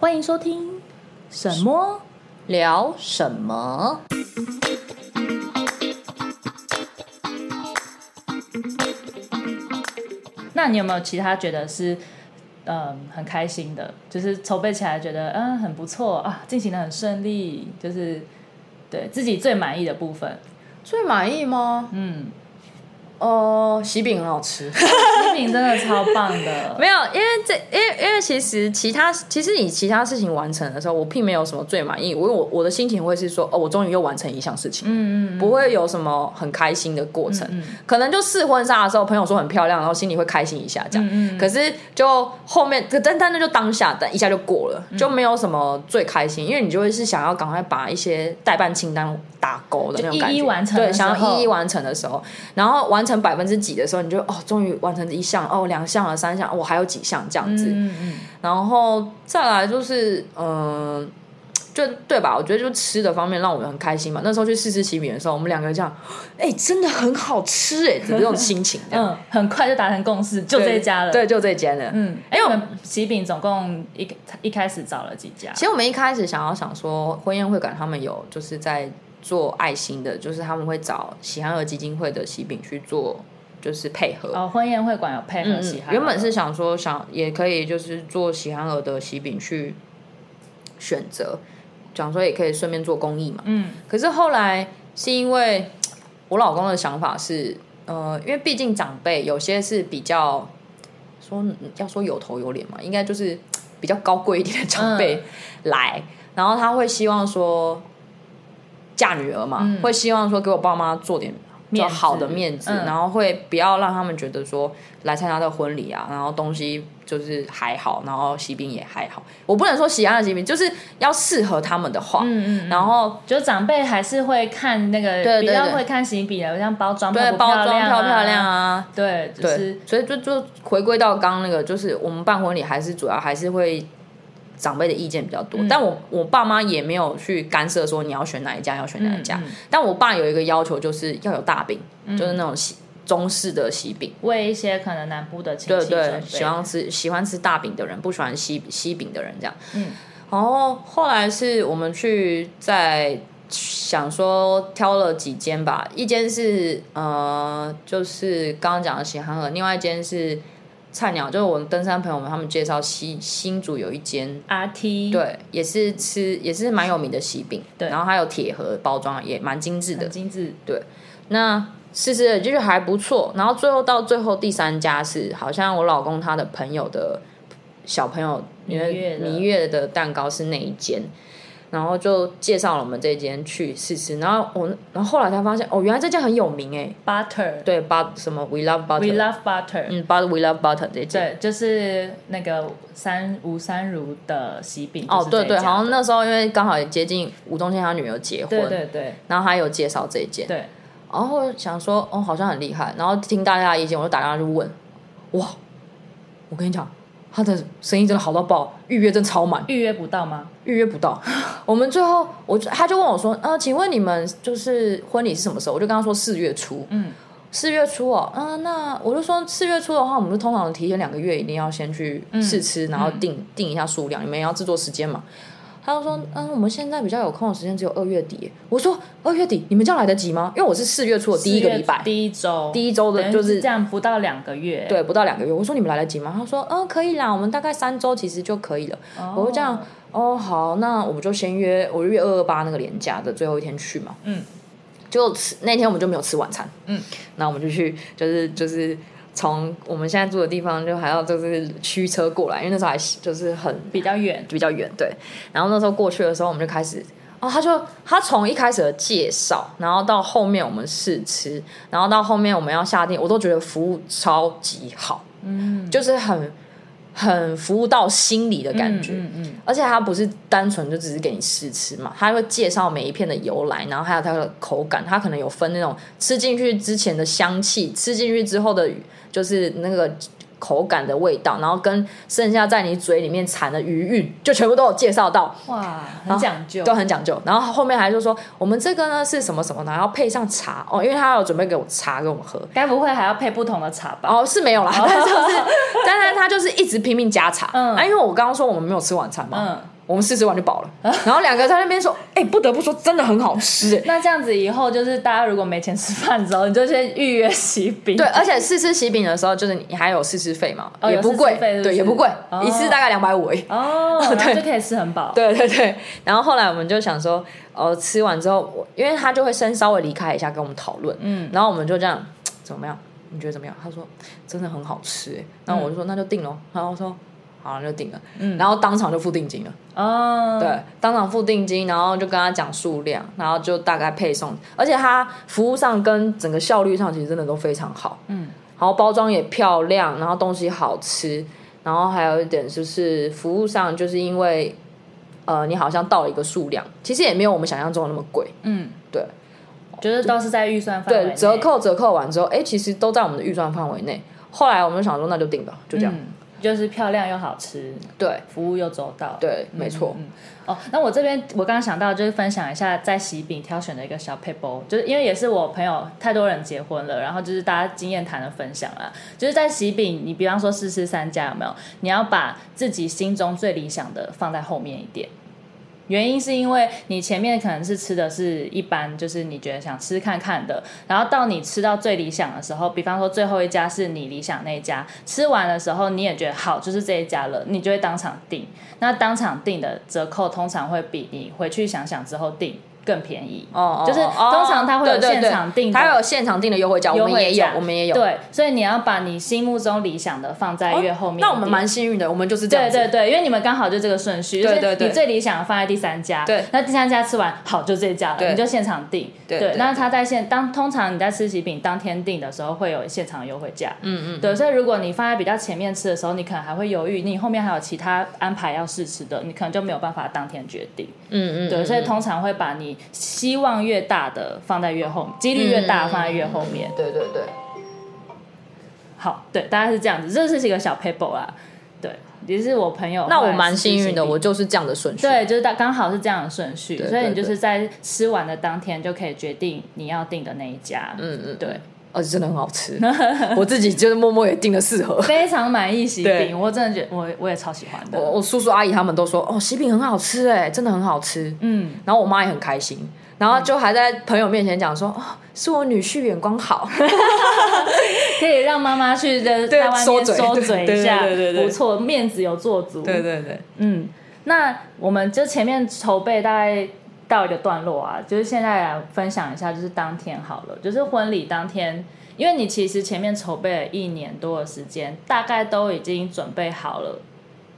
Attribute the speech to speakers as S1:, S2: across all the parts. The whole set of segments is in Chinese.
S1: 欢迎收听什么聊什么。那你有没有其他觉得是嗯很开心的？就是筹备起来觉得嗯很不错啊，进行的很顺利，就是对自己最满意的部分。
S2: 最满意吗？
S1: 嗯，
S2: 呃，喜饼很好吃。
S1: 喜饼真的超棒 的，
S2: 没有，因为这，因为因为其实其他，其实你其他事情完成的时候，我并没有什么最满意。我我我的心情会是说，哦，我终于又完成一项事情，
S1: 嗯嗯
S2: 不会有什么很开心的过程。
S1: 嗯嗯
S2: 可能就试婚纱的时候，朋友说很漂亮，然后心里会开心一下这样。
S1: 嗯嗯
S2: 可是就后面，可但但那就当下，但一下就过了，
S1: 嗯
S2: 就没有什么最开心，因为你就会是想要赶快把一些代办清单打勾的那种感觉，
S1: 就一一完成的
S2: 对，
S1: 时候
S2: 想要一一完成的时候，然后完成百分之几的时候，你就哦，终于完成一项，哦，两项了，三项，哦我、还有几项这样子，
S1: 嗯嗯
S2: 然后再来就是，嗯、就对吧？我觉得就吃的方面让我们很开心嘛。那时候去试吃喜饼的时候，我们两个这样，哎、真的很好吃哎、 欸，这种心情这样。
S1: 嗯，很快就达成共识，就这一家了。
S2: 对，就这间了。
S1: 嗯，
S2: 因
S1: 哎、
S2: 为
S1: 我
S2: 我
S1: 们喜饼总共一一开始找了几家？
S2: 其实我们一开始想要想说，婚宴会馆他们有就是在做爱心的，就是他们会找喜憨儿基金会的喜饼去做，就是配合。
S1: 哦，婚宴会馆有配合
S2: 嗯
S1: 喜
S2: 嗯
S1: 哈、，
S2: 原本是想说想也可以就是做喜憨儿的喜饼去选择，想说也可以顺便做公益嘛。
S1: 嗯
S2: 可是后来是因为我老公的想法是，呃，因为毕竟长辈有些是比较说要说有头有脸嘛，应该就是比较高贵一点的
S1: 嗯
S2: 长辈来，然后他会希望说嫁女儿嘛，
S1: 嗯
S2: 会希望说给我爸妈做点。
S1: 面
S2: 做
S1: 子
S2: 好的面子，
S1: 嗯
S2: 然后会不要让他们觉得说来参加的婚礼啊，然后东西就是还好，然后喜饼也还好。我不能说喜安的喜饼，就是要适合他们的话。
S1: 嗯嗯，
S2: 然后
S1: 就长辈还是会看那个，
S2: 对对对
S1: 比较会看喜饼的，像包装
S2: 对，
S1: 不
S2: 包装
S1: 亮、
S2: 漂
S1: 漂
S2: 不漂亮，啊？
S1: 对，就
S2: 对
S1: 是，
S2: 所以就就回归到刚刚那个，就是我们办婚礼还是主要还是会长辈的意见比较多，
S1: 嗯
S2: 但我我爸妈也没有去干涉说你要选哪一家，要选哪一家。
S1: 嗯嗯嗯
S2: 但我爸有一个要求，就是要有大饼，就是那种喜中式的喜饼。
S1: 为一些可能南部的亲
S2: 对
S1: 戚准
S2: 对，
S1: 备
S2: 喜欢吃喜欢吃大饼的人，不喜欢西西饼的人这样。
S1: 嗯，
S2: 然后后来是我们去在想说挑了几间吧，一间是呃就是刚刚讲的喜憨儿，另外一间是菜鸟，就是我们登山朋友们他们介绍新新竹有一间。
S1: RT，
S2: 对，也是吃，也是蛮有名的喜饼，
S1: 对
S2: 然后还有铁盒包装，也蛮精致的
S1: 很。精致，
S2: 那试试就是还不错，然后最后到最后第三家是好像我老公他的朋友的小朋友，因
S1: 蜜月
S2: 为
S1: 的
S2: 蜜月的蛋糕是那一间，然后就介绍了我们这间去试吃，然后我然后后来才发现哦，原来这家很有名哎，
S1: butter，
S2: 对，but 什么 we love
S1: ，we
S2: butter，
S1: love butter，
S2: 嗯，but we love butter 这间。
S1: 对，就是那个三吴三如的喜饼，
S2: 哦
S1: 就，是这
S2: 对
S1: 一
S2: 对，
S1: 家
S2: 好像
S1: 的
S2: 那时候因为刚好也接近吴宗宪他女儿结婚，
S1: 对对对
S2: 然后他有介绍这一间，
S1: 对，
S2: 然后想说，哦，好像很厉害，然后听大家的意见，我就打电话去问，哇，我跟你讲，他的生意真的好到爆，预约真超满，
S1: 预约不到吗？
S2: 预约不到。 我们最后，我就他就问我说，呃，请问你们就是婚礼是什么时候？我就跟他说四月初，
S1: 嗯，
S2: 四月初哦，嗯、那我就说四月初的话，我们就通常提前两个月一定要先去试吃，然后定、定一下数量，你们也要制作时间嘛。他就说，嗯，我们现在比较有空的时间只有二月底耶。我说二月底，你们这样来得及吗？因为我是四月初的第一个礼拜，
S1: 第一周，
S2: 第一周的
S1: 等于
S2: 就是
S1: 这样，不到两个月。
S2: 对，不到两个月。我说你们来得及吗？他说，嗯，可以啦，我们大概三周其实就可以了。
S1: 哦，
S2: 我就这样，哦，好，那我们就先约，我就约二二八那个连假的最后一天去嘛。
S1: 嗯，
S2: 就吃那天我们就没有吃晚餐。
S1: 嗯，
S2: 那我们就去，就是就是从我们现在住的地方，就还要就是驱车过来，因为那时候还就是很
S1: 比较远。
S2: 比较远，对。然后那时候过去的时候，我们就开始，哦，他就他从一开始的介绍，然后到后面我们试吃，然后到后面我们要下定，我都觉得服务超级好，
S1: 嗯，
S2: 就是很很服务到心里的感觉。
S1: 嗯嗯
S2: 而且它不是单纯就只是给你试吃嘛，它会介绍每一片的由来，然后还有它的口感，它可能有分那种吃进去之前的香气，吃进去之后的就是那个口感的味道，然后跟剩下在你嘴里面产的余韵，就全部都有介绍到，
S1: 嗯，哇，
S2: 啊
S1: 很讲究。
S2: 都很讲究。然后后面还就说我们这个呢是什么什么，然后配上茶哦，因为他有准备给我茶给我们喝。
S1: 该不会还要配不同的茶吧？
S2: 哦，是没有啦，但就是，但是他就是一直拼命加茶，
S1: 嗯
S2: 啊，因为我刚刚说我们没有吃晚餐嘛，
S1: 嗯，
S2: 我们试吃完就饱 了。然后两个在那边说，哎、不得不说真的很好 吃、哎。
S1: 那这样子以后就是大家如果没钱吃饭的时候，你就先预约喜饼。
S2: 对，，而且试吃喜饼的时候，就是你还有试吃费嘛，
S1: 哦有
S2: 也不贵
S1: 试吃费是，不是
S2: 对，也不贵，
S1: 哦
S2: 一次大概两百五而已。
S1: 哦，然后
S2: 对
S1: 就可以吃很饱。
S2: 对对对，然后后来我们就想说，呃，吃完之后，我因为他就会先稍微离开一下跟我们讨论，
S1: 嗯
S2: 然后我们就这样怎么样？你觉得怎么样？他说真的很好吃、欸，然后我就说、那就定咯，然后我说好，那就定了，
S1: 嗯
S2: 然后当场就付定金了，
S1: 哦，
S2: 对，当场付定金，然后就跟他讲数量，然后就大概配送，而且他服务上跟整个效率上其实真的都非常好，
S1: 嗯，
S2: 然后包装也漂亮，然后东西好吃，然后还有一点就是服务上，就是因为呃，你好像到了一个数量，其实也没有我们想象中的那么贵，
S1: 嗯，
S2: 对
S1: 就是都是在预算范围
S2: 对，
S1: 内
S2: 折扣折扣完之后，哎，其实都在我们的预算范围内。后来我们就想说，那就定吧，就这样。
S1: 嗯，就是漂亮又好吃，
S2: 对
S1: 服务又周到。
S2: 对，没错，
S1: 嗯，哦，那我这边我刚刚想到就是分享一下在喜饼挑选的一个小 paper，就是因为也是我朋友太多人结婚了，然后就是大家经验谈的分享啦。就是在喜饼，你比方说试吃三家有没有？你要把自己心中最理想的放在后面一点。原因是因为你前面可能是吃的是一般，就是你觉得想吃看看的，然后到你吃到最理想的时候，比方说最后一家是你理想那一家，吃完的时候你也觉得好，就是这一家了，你就会当场订。那当场订的折扣通常会比你回去想想之后订更便宜。
S2: 哦
S1: 就是
S2: 哦
S1: 通常它会有
S2: 对对对
S1: 现场定的
S2: 它有现场定的优惠价，我
S1: 优
S2: 们
S1: 惠
S2: 也有
S1: 价，
S2: 我们也有。
S1: 对，所以你要把你心目中理想的放在
S2: 哦，
S1: 越后面一点、
S2: 那我们蛮幸运的，我们就是这样
S1: 对
S2: 子。
S1: 对对，因为你们刚好就这个顺序，
S2: 对
S1: 就是
S2: 对对
S1: 你最理想的放在第三家，
S2: 对
S1: 那第三家吃完好就这一家了，
S2: 对
S1: 你就现场订，
S2: 对对
S1: 那他在现当通常你在吃喜饼当天订的时候会有现场优惠价，嗯嗯，对，所以如果你放在比较前面吃的时候，你可能还会犹豫，你后面还有其他安排要试吃的，你可能就没有办法当天决定，
S2: 嗯嗯，
S1: 对，所以通常会把你希望越大的放在越后，几率越大放在越后面，
S2: 对对对。
S1: 好，对，大概是这样子，这是一个小 paper 啦，对，也是我朋友，
S2: 那我蛮幸运的，
S1: 我。
S2: 我就是这样的顺序。
S1: 对，就是大刚好是这样的顺序，
S2: 对
S1: 所以
S2: 对
S1: 你就
S2: 对
S1: 是在吃完的当天就可以决定你要订的那一家。嗯嗯，对，
S2: 而哦且真的很好 吃，我自己就是默默也订了四盒。
S1: 非常满意喜
S2: 对
S1: 饼，我真的觉得我我也超喜欢
S2: 我
S1: 的。
S2: 我叔叔阿姨他们都说，哦，喜饼很好吃哎，真的很好吃。
S1: 嗯，
S2: 然后我妈也很开心，然后就还在朋友面前讲说，哦，是我女婿眼光 好。
S1: 可以让妈妈去在在外
S2: 收
S1: 面
S2: 嘴
S1: 收
S2: 对
S1: 嘴
S2: 对
S1: 一下，
S2: 对对对对
S1: 不错，面子有做足。
S2: 对对，
S1: 嗯，那我们就前面筹备大概到一个段落啊，就是现在来分享一下，就是当天好了，就是婚礼当天，因为你其实前面筹备了一年多的时间，大概都已经准备好了。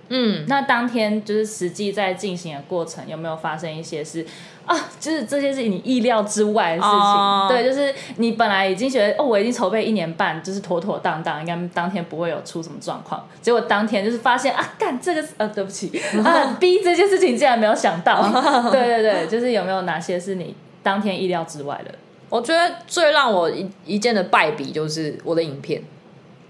S2: 嗯，
S1: 那当天就是实际在进行的过程，有没有发生一些事啊？就是这些是你意料之外的事情，
S2: 哦
S1: 对，就是你本来已经觉得哦，我已经筹备一年半，就是妥妥当当，应该当天不会有出什么状况。结果当天就是发现啊，干这个呃，对不起啊，B 这件事情竟然没有想到， 对对对，就是有没有哪些是你当天意料之外的？
S2: 我觉得最让我一一件的败笔就是我的影片，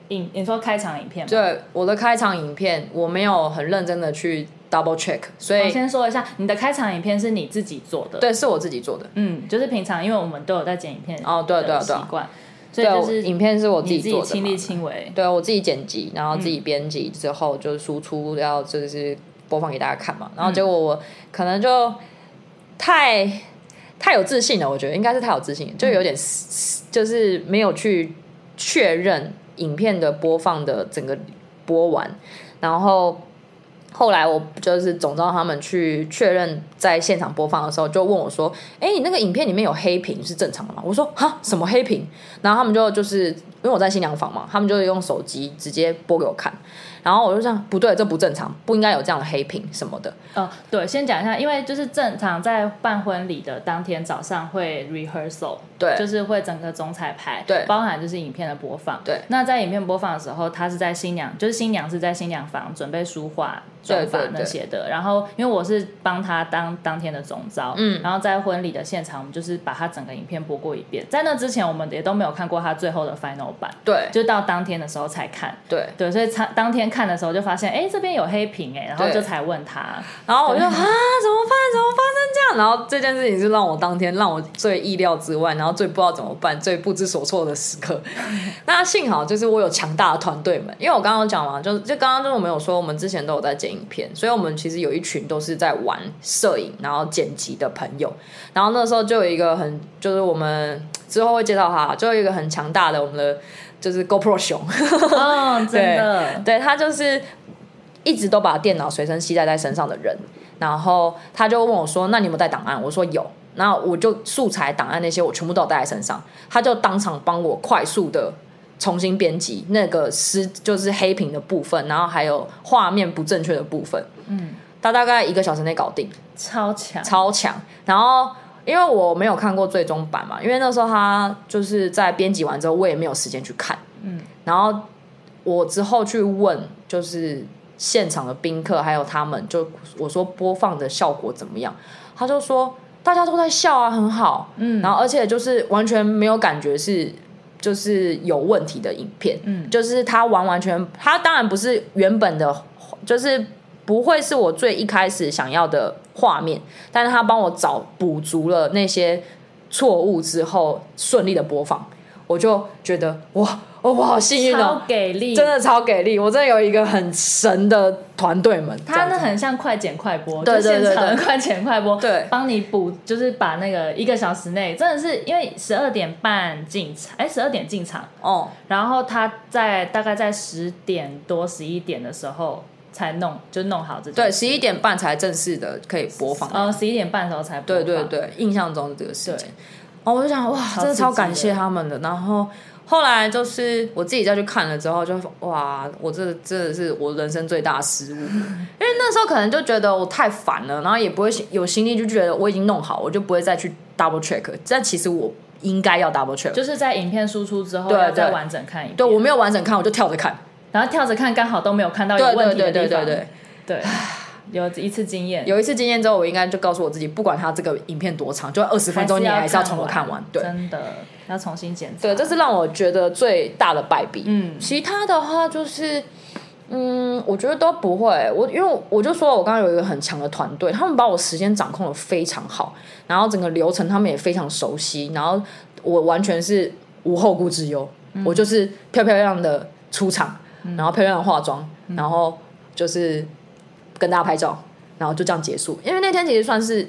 S1: 影你说开场影片吗？
S2: 对我的开场影片，我没有很认真的去 double check，所
S1: 我
S2: 以
S1: 哦先说一下，你的开场影片是你自己做的，
S2: 对是我自己做的。
S1: 嗯，就是平常因为我们都有在剪影片
S2: 哦对啊对啊
S1: 的习
S2: 对啊
S1: 惯，所
S2: 对
S1: 以，就是
S2: 影片是我自
S1: 你
S2: 己
S1: 自
S2: 做的嘛，
S1: 己亲力亲为。
S2: 对我自己剪辑，然后自己编辑之后就是输出，要就是播放给大家看
S1: 嗯
S2: 嘛。然后结果我可能就太太有自信了，我觉得应该是太有自信，
S1: 嗯
S2: 就有点死、就是没有去确认影片的播放的整个播完，然后。后来我就是总让他们去确认，在现场播放的时候，就问我说：“哎、你那个影片里面有黑屏是正常的吗？”我说：“哈，什么黑屏？”然后他们就就是因为我在新娘房嘛，他们就用手机直接播给我看，然后我就这样不对，这不正常，不应该有这样的黑屏什么的。
S1: 哦，对，先讲一下，因为就是正常在办婚礼的当天早上会 rehearsal，
S2: 对
S1: 就是会整个总彩排，
S2: 对
S1: 包含就是影片的播放，
S2: 对
S1: 那在影片播放的时候，他是在新娘，就是新娘是在新娘房准备梳化、
S2: 对
S1: 妆发
S2: 对对
S1: 那些的。然后因为我是帮他当当天的总招，
S2: 嗯
S1: 然后在婚礼的现场，我们就是把他整个影片播过一遍。在那之前，我们也都没有看过他最后的 final 版，
S2: 对
S1: 就到当天的时候才看。
S2: 对，
S1: 对，所以他当天看的时候就发现，哎，这边有黑屏哎，然后
S2: 对
S1: 就才问他，
S2: 然后我就啊，怎么办？怎么发生这样？然后这件事情是让我当天让我最意料之外，然后最不知道怎么办、最不知所措的时刻。那幸好就是我有强大的团队们，因为我刚刚有讲嘛，就就刚刚就是我们有说，我们之前都有在剪影片，所以我们其实有一群都是在玩摄影然后剪辑的朋友。然后那时候就有一个很，就是我们之后会介绍他，就有一个很强大的我们的就是 GoPro 熊，
S1: 嗯，真的，
S2: 对他就是一直都把电脑随身携带在身上的人。然后他就问我说：“那你有没有带档案？”我说有。然后我就素材、档案那些我全部都有带在身上。他就当场帮我快速的重新编辑那个失就是黑屏的部分，然后还有画面不正确的部分。
S1: 嗯，
S2: 他大概一个小时内搞定，
S1: 超强，
S2: 超强。然后因为我没有看过最终版嘛，因为那时候他就是在编辑完之后，我也没有时间去看。
S1: 嗯，
S2: 然后我之后去问，就是现场的宾客还有他们，就我说播放的效果怎么样，他就说大家都在笑啊，很好，
S1: 嗯
S2: 然后而且就是完全没有感觉是就是有问题的影片，
S1: 嗯
S2: 就是它完完全，它当然不是原本的，就是不会是我最一开始想要的画面，但是它帮我找补足了那些错误之后，顺利的播放，我就觉得哇，哦，我好幸运
S1: 超
S2: 哦，
S1: 给力，
S2: 真的超给力，我真的有一个很神的团队们，这
S1: 它
S2: 样子
S1: 那很像快剪快播，
S2: 对对对
S1: 就现场的
S2: 对
S1: 快剪快播，
S2: 对
S1: 帮你补，就是把那个一个小时内，真的是因为十二点半进场，哎，十二点进场，
S2: 哦，
S1: 然后他在大概在十点多十一点的时候才弄，就弄好这件
S2: 对，
S1: 事
S2: 十一点半才正式的可以播放，
S1: 呃，十一点半的时候才播
S2: 哦对
S1: 放
S2: 对，对，印象中是这个事情
S1: 对。
S2: 哦，我就想哇，真的
S1: 刺
S2: 超
S1: 激
S2: 感
S1: 的
S2: 谢他们的。然后后来就是我自己再去看了之后就，哇，我这真的是我人生最大的失 误，因为那时候可能就觉得我太烦了，然后也不会有心力，就觉得我已经弄好，我就不会再去 double check。但其实我应该要 double check，
S1: 就是在影片输出之后
S2: 对
S1: 要再
S2: 对
S1: 完整看一遍，
S2: 对我没有完整看，我就跳着看。
S1: 然后跳着看，刚好都没有看到有
S2: 对
S1: 问
S2: 对
S1: 题的
S2: 对
S1: 地
S2: 对
S1: 方，
S2: 对对。
S1: 对 有一次经验，
S2: 有一次经验之后，我应该就告诉我自己，不管它这个影片多长，就二十分钟，你还是要从头看完。对，
S1: 真的要重新检查，
S2: 对，这是让我觉得最大的败笔。
S1: 嗯
S2: 其他的话就是，嗯，我觉得都不会。我因为我就说我刚刚有一个很强的团队，他们把我时间掌控的非常好，然后整个流程他们也非常熟悉，然后我完全是无后顾之忧，
S1: 嗯
S2: 我就是漂漂亮亮的出场，然后漂亮的化妆，然后就是跟大家拍照，然后就这样结束。因为那天其实算是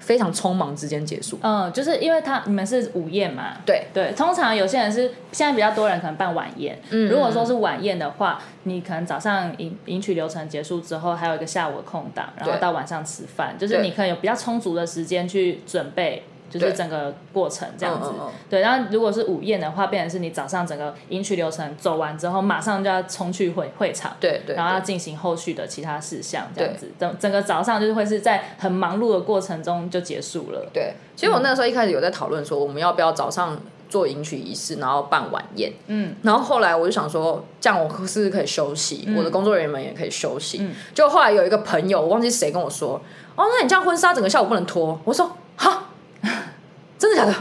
S2: 非常匆忙之间结束。
S1: 嗯，就是因为他你们是午宴嘛，
S2: 对，
S1: 对，通常有些人是现在比较多人可能办晚宴，
S2: 嗯
S1: 如果说是晚宴的话，你可能早上迎迎娶流程结束之后，还有一个下午的空档，然后
S2: 对
S1: 到晚上吃饭，就是
S2: 对
S1: 你可能有比较充足的时间去准备。就是
S2: 对
S1: 整个过程这样子，
S2: 嗯嗯嗯
S1: 对。然后如果是午宴的话，变成是你早上整个迎娶流程走完之后，马上就要冲去会会场，
S2: 对对
S1: 然后要
S2: 对
S1: 进行后续的其他事项，这样子，整整个早上就是会是在很忙碌的过程中就结束了。
S2: 对，其实我那个时候一开始有在讨论说，我们要不要早上做迎娶仪式，然后办晚宴。
S1: 嗯，
S2: 然后后来我就想说，这样我是不是可以休息？
S1: 嗯
S2: 我的工作人员们也可以休息。
S1: 嗯
S2: 就后来有一个朋友，我忘记谁跟我说，哦，那你这样婚纱整个下午不能脱。我说，哈，真的假的？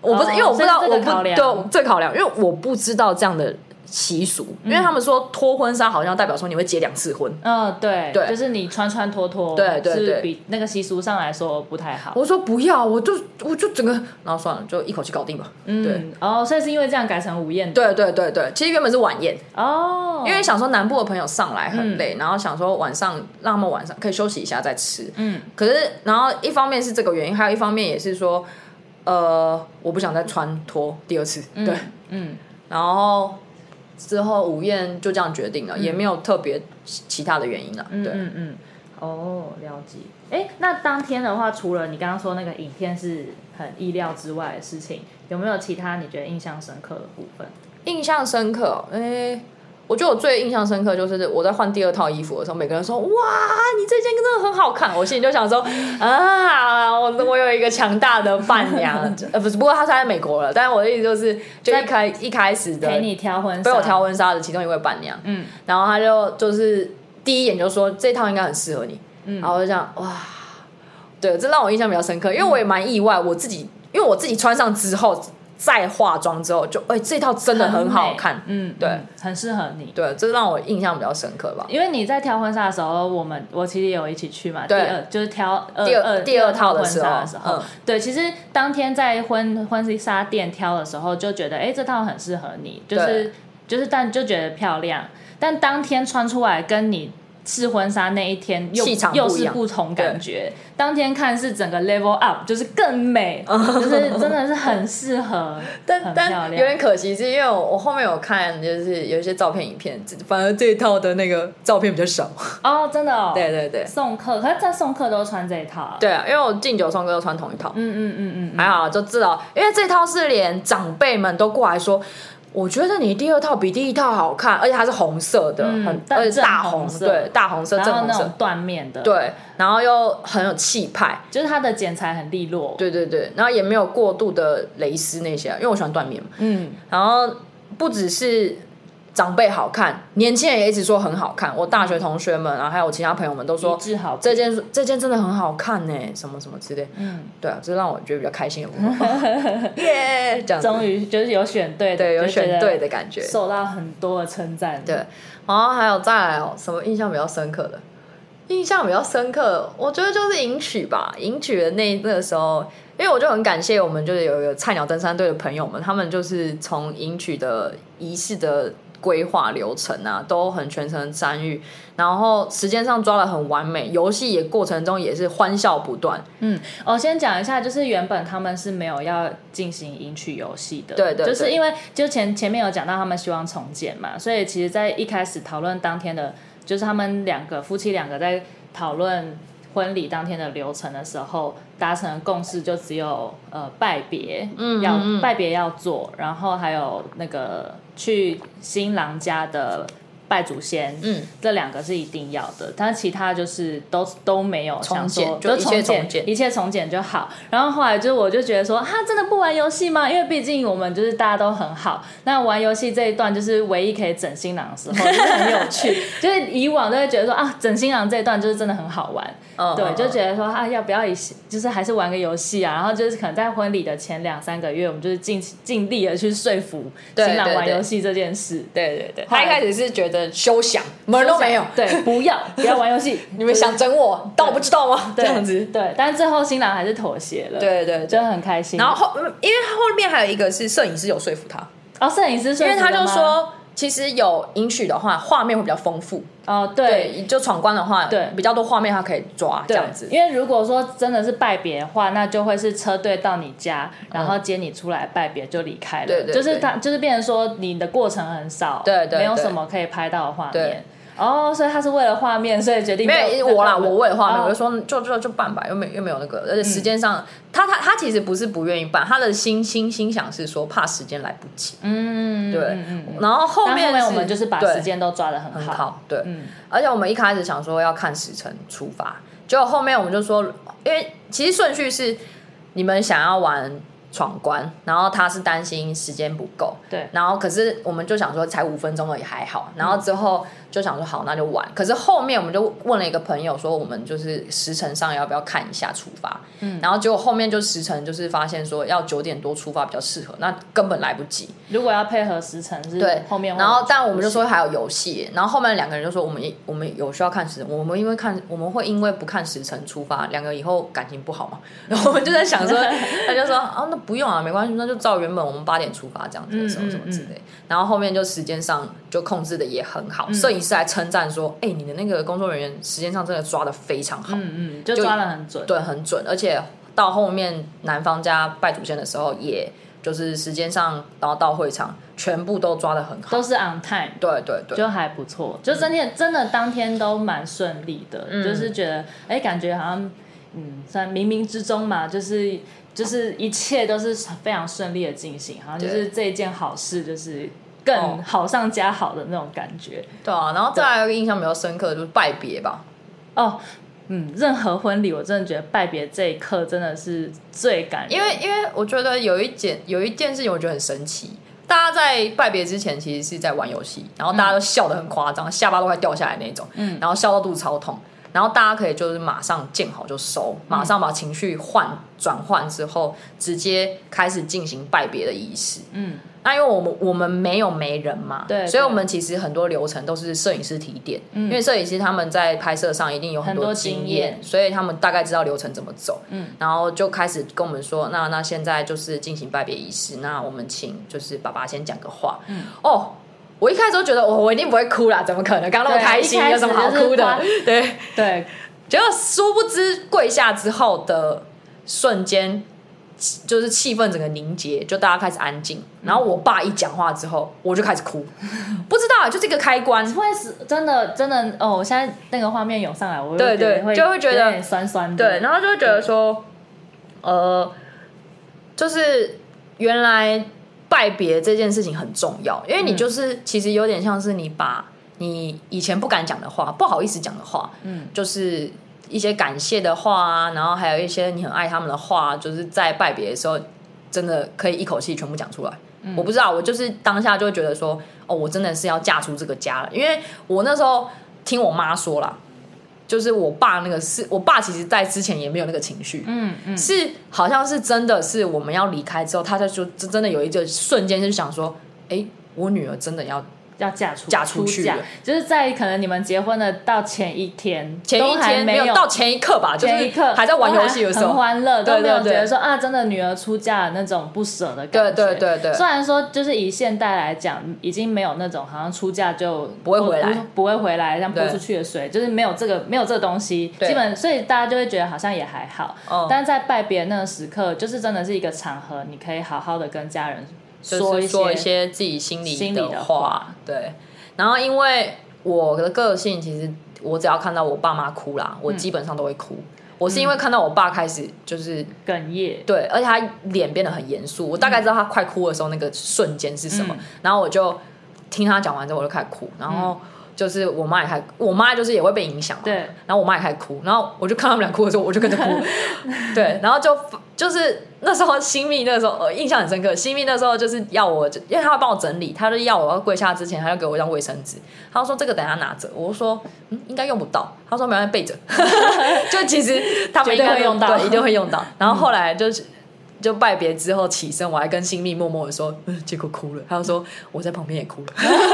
S2: 我不是、
S1: 哦
S2: 因为我不知道，
S1: 所以是这
S2: 我
S1: 个
S2: 不
S1: 考量
S2: 对这个考量，因为我不知道这样的习俗，因为他们说脱婚纱好像代表说你会结两次婚。
S1: 嗯，对，
S2: 对
S1: 就是你穿穿脱脱，
S2: 对对
S1: 是
S2: 对
S1: 比那个习俗上来说不太好。
S2: 我说不要，我就我就整个，然后算了，就一口气搞定吧。对。
S1: 嗯，哦，所以是因为这样改成午宴的，
S2: 对对对对，其实原本是晚宴，
S1: 哦，
S2: 因为想说南部的朋友上来很累，然后想说晚上让他们晚上可以休息一下再吃。
S1: 嗯，
S2: 可是然后一方面是这个原因，还有一方面也是说，呃，我不想再穿脱第二次。
S1: 嗯
S2: 对，，
S1: 嗯，
S2: 然后之后午宴就这样决定了，也没有特别其他的原因了。
S1: 嗯
S2: 对，
S1: 嗯嗯，哦，了解。哎，那当天的话，除了你刚刚说那个影片是很意料之外的事情，有没有其他你觉得印象深刻的部分？
S2: 印象深刻哦，哎。我觉得我最印象深刻就是我在换第二套衣服的时候，每个人说：“哇，你这件真的很好看。”我心里就想说：“啊，我我有一个强大的伴娘。 就”呃，不是，不过她是在美国了。但是我的意思就是，就一开一开始的
S1: 陪你挑婚纱，
S2: 被我挑，婚纱的其中一位伴娘，
S1: 嗯，
S2: 然后她就就是第一眼就说这套应该很适合你，嗯，然后我就想哇，对，这让我印象比较深刻，因为我也蛮意外，我自己因为我自己穿上之后。再化妆之后就，哎、这套真的很好看。
S1: 嗯，
S2: 对
S1: 嗯，很适合你。
S2: 对，这让我印象比较深刻吧。
S1: 因为你在挑婚纱的时候，我们我其实也有一起去嘛，第
S2: 对
S1: 二就是挑二
S2: 第二
S1: 二
S2: 第二套的
S1: 婚
S2: 时候
S1: 纱的时候，
S2: 嗯
S1: 对，其实当天在婚婚纱店挑的时候，就觉得哎、诶这套很适合你，就是就是但就觉得漂亮，但当天穿出来跟你。试婚纱那一天又
S2: 气场不一
S1: 又
S2: 样
S1: 是不同感觉，当天看是整个 level up，就是更 美，就是真的是很适合，
S2: 但
S1: 很漂
S2: 但有
S1: 亮。
S2: 点可惜，是因为我我后面有看，就是有一些照片、影片，只反而这一套的那个照片比较少。
S1: 哦，真的哦，
S2: 对对对
S1: 送客，可是在送客都穿这一套啊，
S2: 对啊，因为我敬酒送歌都穿同一套，
S1: 嗯嗯嗯嗯嗯，
S2: 还好，就至少因为这套是连长辈们都过来说，我觉得你第二套比第一套好看，而且它是红色的，
S1: 嗯
S2: 很
S1: 但
S2: 而且大
S1: 正红
S2: 红，
S1: 色
S2: 对，大红色、
S1: 然
S2: 正
S1: 后
S2: 红
S1: 那
S2: 色
S1: 种，缎面的，，
S2: 对，然后又很有气派，
S1: 就是它的剪裁很利落，，
S2: 对对对，然后也没有过度的蕾丝那些啊，因为我喜欢缎面嘛。
S1: 嗯，
S2: 然后不只是长辈好看，年轻人也一直说很好看。我大学同学们，然后还有我其他朋友们都
S1: 一
S2: 说
S1: 致好，
S2: 这件这件真的很好看呢，什么什么之类。
S1: 嗯，
S2: 对啊，这让我觉得比较开心的部 分。 耶，这样子
S1: 终于就是有选对的，
S2: 对有
S1: 就觉
S2: 选
S1: 得
S2: 对的感觉。
S1: 受到很多的称赞，
S2: 对，，然后还有再来哦，什么印象比较深刻的？印象比较深刻，我觉得就是迎娶吧。迎娶的那那个时候，因为我就很感谢我们就是有一个菜鸟登山队的朋友们，他们就是从迎娶的仪式的规划流程啊，都很全程参与，然后时间上抓的很完美，游戏也过程中也是欢笑不断。
S1: 嗯，我先讲一下，就是原本他们是没有要进行迎娶游戏的，
S2: 对对
S1: 就是
S2: 对
S1: 因为就前前面有讲到他们希望重建嘛，所以其实，在一开始讨论当天的，就是他们两个夫妻两个在讨论婚礼当天的流程的时候，达成的共识就只有呃拜别，嗯要
S2: 嗯嗯
S1: 拜别要做，然后还有那个去新郎家的。拜祖先，
S2: 嗯，
S1: 这两个是一定要的，但其他就是都都没有想说
S2: 重建就一切
S1: 重
S2: 重建
S1: 一切从简就好。然后后来就是我就觉得说，他真的不玩游戏吗？因为毕竟我们就是大家都很好，那玩游戏这一段就是唯一可以整新郎的时候，就是很有 趣。就是以往都会觉得说啊，整新郎这一段就是真的很好玩，
S2: 嗯
S1: 对，
S2: 嗯
S1: 就
S2: 嗯
S1: 觉得说啊，要不要以就是还是玩个游戏啊？然后就是可能在婚礼的前两三个月，我们就是尽尽力的去说服
S2: 对
S1: 新郎
S2: 对
S1: 玩
S2: 对
S1: 游戏这件事。
S2: 对对对，
S1: 后
S2: 他
S1: 来
S2: 一开始是觉得休想，门都没有，
S1: 对，不要不要玩游戏，
S2: 你们想整我，但我不知道吗？这
S1: 对
S2: 样子，
S1: 对，但是最后新郎还是妥协了，，
S2: 对对对。
S1: 真的很开心。
S2: 然后后，因为后面还有一个是摄影师有说服他，
S1: 哦，摄影师说
S2: 因为
S1: 服
S2: 他
S1: 了吗，
S2: 就说，其实有迎娶的话，画面会比较丰富。
S1: 哦，对。
S2: 对，就闯关的话，
S1: 对
S2: 比较多画面他可以抓这
S1: 对
S2: 样子，。
S1: 因为如果说真的是拜别的话，那就会是车队到你家，然后接你出来拜别就离开了。
S2: 嗯对对对
S1: 就是他，就是变成说你的过程很少，
S2: 对对对
S1: 没有什么可以拍到的画面
S2: 对。
S1: 哦，所以他是为了画面，所以决定
S2: 没有我啦，我为了画面，我就
S1: 说
S2: 说嗯就就就办吧，又没又没有那个，而且时
S1: 嗯
S2: 间上，他他他其实不是不愿意办，他的心心心想是说怕时间来不及，
S1: 嗯，
S2: 对。
S1: 嗯嗯嗯
S2: 然后后
S1: 但
S2: 面
S1: 后面我们就是把
S2: 对
S1: 时间都抓的很
S2: 很
S1: 好，
S2: 好，对，
S1: 嗯
S2: 而且我们一开始想说要看时辰出发，结果后面我们就说，因为其实顺序是你们想要玩闯关，然后他是担心时间不够，
S1: 对嗯
S2: 然后可是我们就想说才五分钟而已还好，然后之后就想说好那就玩，可是后面我们就问了一个朋友说我们就是时辰上要不要看一下出发，嗯，然后结果后面就时辰就是发现说要九点多出发比较适合，那根本来不及，
S1: 如果要配合时辰是
S2: 对，
S1: 嗯后面会
S2: 然后但我们就说还有游戏，然后后面两个人就说我们也我们有需要看时辰，我们因为看我们会因为不看时辰出发，两个以后感情不好嘛， 然后我们就在 想说，他就说啊那不用啊，没关系，那就照原本我们八点出发这样子，
S1: 嗯
S2: 什么什么之类，然后后面就时间上就控制的也很好，
S1: 嗯
S2: 摄影师还称赞说，哎、你的那个工作人员时间上真的抓的非常好，
S1: 嗯嗯，就抓的很准，
S2: 对，很准，而且到后面男方家拜祖先的时候，也就是时间上，然后到会场，全部都抓的很好
S1: 都。是 on time，
S2: 对对对，
S1: 就还不错，就真天真的当天都蛮顺利的，
S2: 嗯
S1: 就是觉得哎、感觉好像嗯，算冥冥之中嘛，就是就是一切都是非常顺利的进行，好像就是这一件好事就是更
S2: 哦
S1: 好上加好的那种感觉
S2: 对啊。然后再来一个印象比较深刻的就是拜别吧，
S1: 哦。嗯，任何婚礼，我真的觉得拜别这一刻真的是最感人，
S2: 因为因为我觉得有一件有一件事情我觉得很神奇，大家在拜别之前其实是在玩游戏，然后大家都笑得很夸张，下巴都快掉下来那种，嗯，然后笑到肚子超痛。然后大家可以就是马上见好就收，马上把情绪换转换之后，直接开始进行拜别的仪式。
S1: 嗯，
S2: 那因为我们我们没有媒人嘛，
S1: 对
S2: 所以
S1: 对
S2: 我们其实很多流程都是摄影师提点，因为摄影师他们在拍摄上一定有
S1: 很
S2: 多
S1: 多
S2: 经
S1: 经
S2: 验，
S1: 验
S2: 所以他们大概知道流程怎么走，
S1: 嗯，
S2: 然后就开始跟我们说，那那现在就是进行拜别仪式，那我们请就是爸爸先讲个话，嗯，哦。我一开始都觉得哦我我一定不会哭啦，怎么可能？刚刚那么
S1: 对
S2: 开心
S1: 一，开
S2: 有什么好
S1: 始就是
S2: 哭的
S1: 夸？
S2: 对，
S1: 对，
S2: 结果殊不知跪下之后的瞬间，就是气氛整个凝结，就大家开始安静。然后我爸一讲话之后，我就开始哭，不知道就是一个开关。
S1: 会是真的真的哦，我现在那个画面涌上来，我
S2: 对对就
S1: 就
S2: 会觉得
S1: 酸酸的，
S2: 对，然后就会觉得说，呃，就是原来拜别这件事情很重要，因为
S1: 嗯
S2: 你就是、其实有点像是你把你以前不敢讲的话、不好意思讲的话，
S1: 嗯，
S2: 就是一些感谢的话啊，然后还有一些你很爱他们的话，啊就是在拜别的时候，真的可以一口气全部讲出来。
S1: 嗯
S2: 我不知道，我就是当下就会觉得说，哦，我真的是要嫁出这个家了，因为我那时候听我妈说啦，就是我爸那个是我爸，其实在之前也没有那个情绪，
S1: 嗯嗯，
S2: 是好像是真的是我们要离开之后，他就就真真的有一个瞬间就想说，哎，我女儿真的要
S1: 要嫁出
S2: 嫁出去
S1: 嫁
S2: 了，
S1: 就是在可能你们结婚的到前一天，
S2: 前
S1: 都
S2: 一
S1: 还
S2: 天没有
S1: 有
S2: 到前一刻吧，就
S1: 前一
S2: 是
S1: 刻
S2: 还在玩游戏的时
S1: 都还很
S2: 候，
S1: 欢乐，
S2: 对
S1: 都没有
S2: 对
S1: 觉
S2: 对
S1: 得说啊，真的女儿出嫁的那种不舍的
S2: 对
S1: 感觉。
S2: 对对对，
S1: 虽然说，就是以现代来讲，已经没有那种好像出嫁就
S2: 不会回来
S1: 不不会回来，像泼
S2: 对
S1: 出去的水，就是没有这个没有这个东西，
S2: 对
S1: 基本所以大家就会觉得好像也还好。
S2: 嗯
S1: 但是在拜别那个时刻，就是真的是一个场合，你可以好好的跟家人
S2: 就
S1: 一
S2: 是
S1: 些
S2: 说一些自己心里
S1: 心里
S2: 的
S1: 的
S2: 话
S1: 话，
S2: 对。然后因为我的个性，其实我只要看到我爸妈哭啦，我基本上都会哭。我是因为看到我爸开始就是
S1: 哽咽。
S2: 对，而且他脸变得很严肃，我大概知道他快哭的时候那个瞬间是什么。然后我就听他讲完之后，我就开始哭，然后。就是我妈也开，我妈就是也会被影响嘛。
S1: 对
S2: 然后我妈也开始哭，然后我就看他们俩哭的时候，我就跟着哭。对，然后就就是那时候新密那时候、呃、印象很深刻，新密那时候就是要我，就因为他会帮我整理，他就要我要跪下之前，他就给我一张卫生纸，他就说这个等一下拿着，我就说嗯应该用不到，他说没关系备着， 就其实他们
S1: 绝对会用到嗯
S2: 对一定会用 到。然后后来就是。就拜别之后起身，我还跟新密默默的说，嗯，结果哭了。他就说我在旁边也哭了。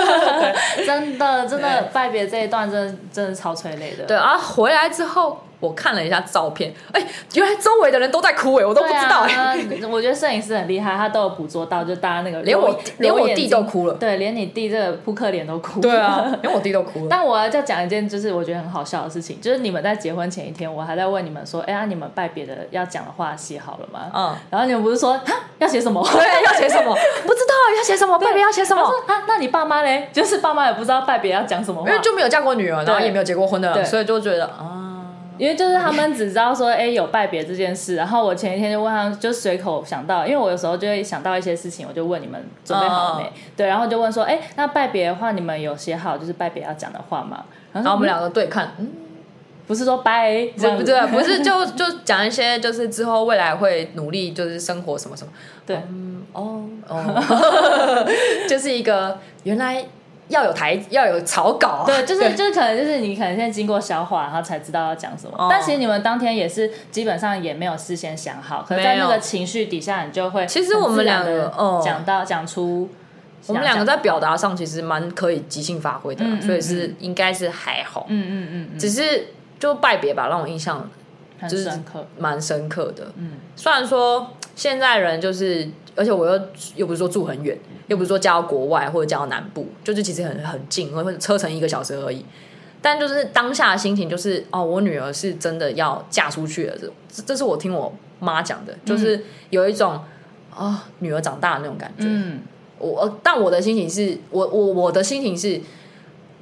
S1: 真的，真的拜别这一段真的真的超催泪的。
S2: 对啊，回来之后我看了一下照片，哎、原来周围的人都在哭哎、我都不知道哎、
S1: 对啊， 我觉得摄影师很厉害，他都有捕捉到，就大家那个
S2: 连我
S1: 揉
S2: 连我
S1: 揉眼
S2: 弟
S1: 睛
S2: 都哭了
S1: 对，连你弟这个扑克脸都哭。
S2: 对啊，连我弟都 哭了。
S1: 但我要再讲一件，就是我觉得很好笑的事情，就是你们在结婚前一天，我还在问你们说，哎、呀、你们拜别的要讲的话写好了吗？
S2: 嗯，
S1: 然后你们不是说哈要写什么？
S2: 对，要写什 么？ 不知道要写什么，贝贝要写什
S1: 我
S2: 么？
S1: 说啊，那你爸妈嘞？ 就是爸妈也不知道拜别要讲什么话，
S2: 因为就没有嫁过女儿，然后
S1: 对
S2: 也没有结过婚的，
S1: 对
S2: 所以就觉得啊，
S1: 因为就是他们只知道说，哎、有拜别这件事。然后我前一天就问他们，就随口想到，因为我有时候就会想到一些事情，我就问你们准备好了没？
S2: 哦
S1: 对，然后就问说，哎、那拜别的话，你们有写好就是拜别要讲的话吗？然
S2: 然后
S1: 后
S2: 我们
S1: 俩
S2: 两个对看，嗯，
S1: 不是说拜，这样
S2: 不
S1: 子
S2: 对，啊不是就 就讲一些就是之后未来会努力就是生活什么什么，
S1: 对
S2: 嗯，哦哦， 就是一个原来要有台要有草稿啊，
S1: 对，就是就是可能就是你可能现在经过消化，然后才知道要讲什么。
S2: 哦
S1: 但其实你们当天也是基本上也没有事先想好，可是在
S2: 没有
S1: 那个情绪底下，你就会
S2: 其实我们两个
S1: 很自然地
S2: 哦
S1: 讲到讲出，
S2: 我们两个在表达上其实蛮可以即兴发挥的啊，
S1: 嗯嗯
S2: 所以是应该是还好，
S1: 嗯嗯嗯嗯，
S2: 只是就拜别吧，让我印象
S1: 很
S2: 就是
S1: 深刻，
S2: 蛮深刻的。
S1: 嗯，
S2: 虽然说现在人就是，而且我又又不是说住很远，又不是说嫁到国外或者嫁到南部，就是其实很很近，或者车程一个小时而已。但就是当下的心情就是，哦，我女儿是真的要嫁出去了，这这这是我听我妈讲的，就是有一种啊、哦女儿长大的那种感觉。
S1: 嗯
S2: 我呃但我的心情是我我我的心情是，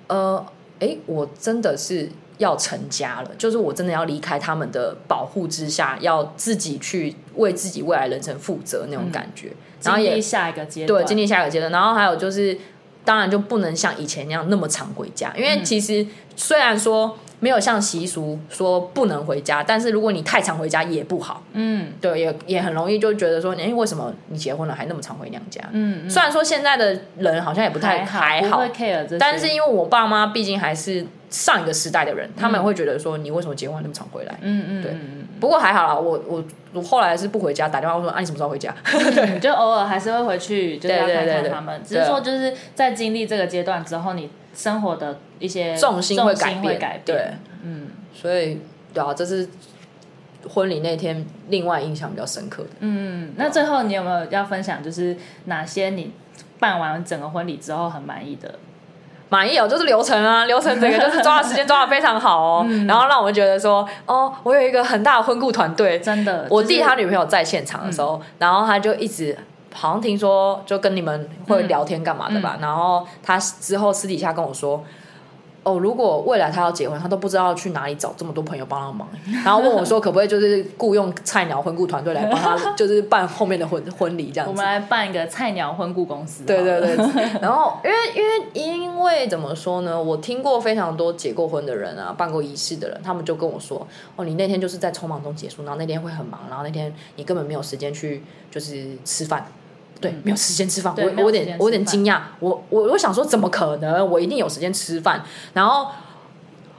S2: 呃，诶，我真的是要成家了，就是我真的要离开他们的保护之下，要自己去为自己未来人生负责那种感觉，然后
S1: 嗯经历
S2: 也
S1: 下一个阶段，
S2: 对经历下一个阶段，然后还有
S1: 嗯
S2: 就是，当然就不能像以前那样那么常回家，因为其实虽然说没有像习俗说不能回家，但是如果你太常回家也不好，
S1: 嗯
S2: 对，也也很容易就觉得说，哎、为什么你结婚了还那么常回娘家？
S1: 嗯嗯，
S2: 虽然说现在的人好像也不太还
S1: 不
S2: 好
S1: 会，care 这些，嗯
S2: 但是因为我爸妈毕竟还是上一个时代的人，他们会觉得说你为什么结婚那么常回来？
S1: 嗯嗯
S2: 对
S1: 嗯嗯
S2: 不过还好啦，我我我后来是不回家，打电话说啊你什么时候回 家？
S1: 嗯，就偶尔还是会回去，就是要
S2: 对对
S1: 看
S2: 对
S1: 看
S2: 对
S1: 他们。只
S2: 对
S1: 是说就是在经历这个阶段之后，你生活的一些
S2: 重心会
S1: 会
S2: 改变
S1: 改变，
S2: 对，
S1: 嗯
S2: 所以对啊，这是婚礼那天另外印象比较深刻的。
S1: 嗯。那最后你有没有要分享，就是哪些你办完整个婚礼之后很满意的？
S2: 满意哦，就是流程 啊，流程整个就是抓的时间抓的非常好哦，
S1: 嗯
S2: 然后让我们觉得说，哦，我有一个很大的婚顾团队。
S1: 真的，嗯
S2: 我
S1: 就是
S2: 弟他女朋友在现场的时候，然后他就一直好像听说就跟你们会聊天干嘛的
S1: 嗯
S2: 吧，然后他之后私底下跟我说。哦，如果未来他要结婚，他都不知道去哪里找这么多朋友帮他忙， 然后问我说可不可以就是雇佣菜鸟婚顾团队来帮他，就是办后面的婚婚礼这样子。
S1: 我们来办一个菜鸟婚顾公司，
S2: 对对
S1: 好了，
S2: 对，然后因为因为因为怎么说呢？我听过非常多结过婚的人啊，办过仪式的人，他们就跟我说：“哦，你那天就是在匆忙中结束，然后那天会很忙，然后那天你根本没有时间去就是吃饭。”对，没有时间吃饭，我
S1: 对
S2: 我
S1: 没
S2: 有
S1: 有时
S2: 点
S1: 间
S2: 我有点
S1: 吃
S2: 惊
S1: 饭
S2: 讶，我我我想说怎么可能？我一定有时间吃饭。然后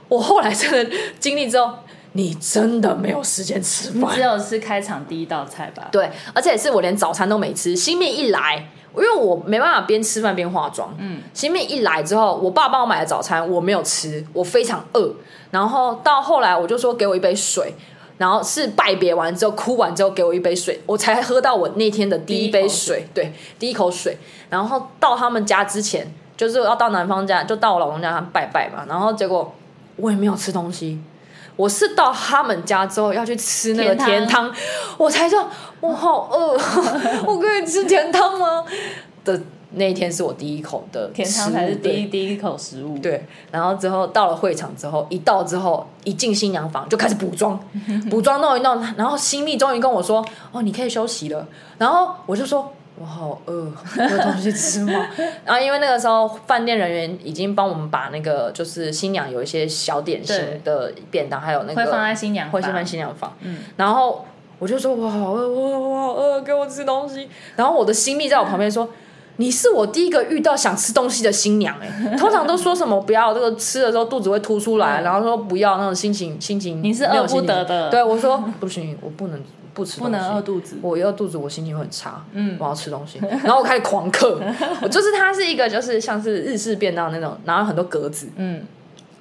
S2: 我后来真的经历之后，你真的没有时间吃饭，
S1: 只有是开场第一道菜吧。
S2: 对，而且是我连早餐都没吃。新命一来，因为我没办法边吃饭边化妆。嗯，新命一来之后，我爸帮我买的早餐我没有吃，我非常饿。然后到后来，我就说给我一杯水。然后是拜别完之后，哭完之后给我一杯水，我才喝到我那天的第一杯水，对，第一口水。然后到他们家之前，就是要到男方家，就到我老公家他们拜拜嘛。然后结果我也没有吃东西，我是到他们家之后要去吃那个甜
S1: 甜汤
S2: 汤，我才知道我好饿， 我可以吃甜汤吗？的那一天是我第一口的
S1: 甜
S2: 食
S1: 汤
S2: 物
S1: 才是第
S2: 对
S1: 一第一口食物，
S2: 对，然后之后到了会场之后，一到之后一进新娘房就开始补妆， 补妆弄一弄，然后新密终于跟我说：“哦，你可以休息了。”然后我就说。我好饿，我有东西吃吗？ 然后因为那个时候饭店人员已经帮我们把那个就是新娘有一些小点心
S1: 对
S2: 的便当，还有那个
S1: 会放在新娘
S2: 会
S1: 房
S2: 先放新娘房。
S1: 嗯
S2: 然后我就说我好饿，我我好饿，给我吃东西。然后我的新密在我旁边说。你是我第一个遇到想吃东西的新娘哎、 通常都说什么不要这个吃的时候肚子会凸出来，然后说不要那种心情心情
S1: 嗯你是
S2: 没有
S1: 饿
S2: 心
S1: 不得
S2: 情
S1: 的
S2: 对我说不行，我不能不吃东
S1: 不
S2: 西，
S1: 能饿肚子。
S2: 我一饿肚子，我心情会很差，嗯，我要吃东西，然后我开始狂 嗑，我就是它是一个就是像是日式便当那种，然后很多格子，
S1: 嗯，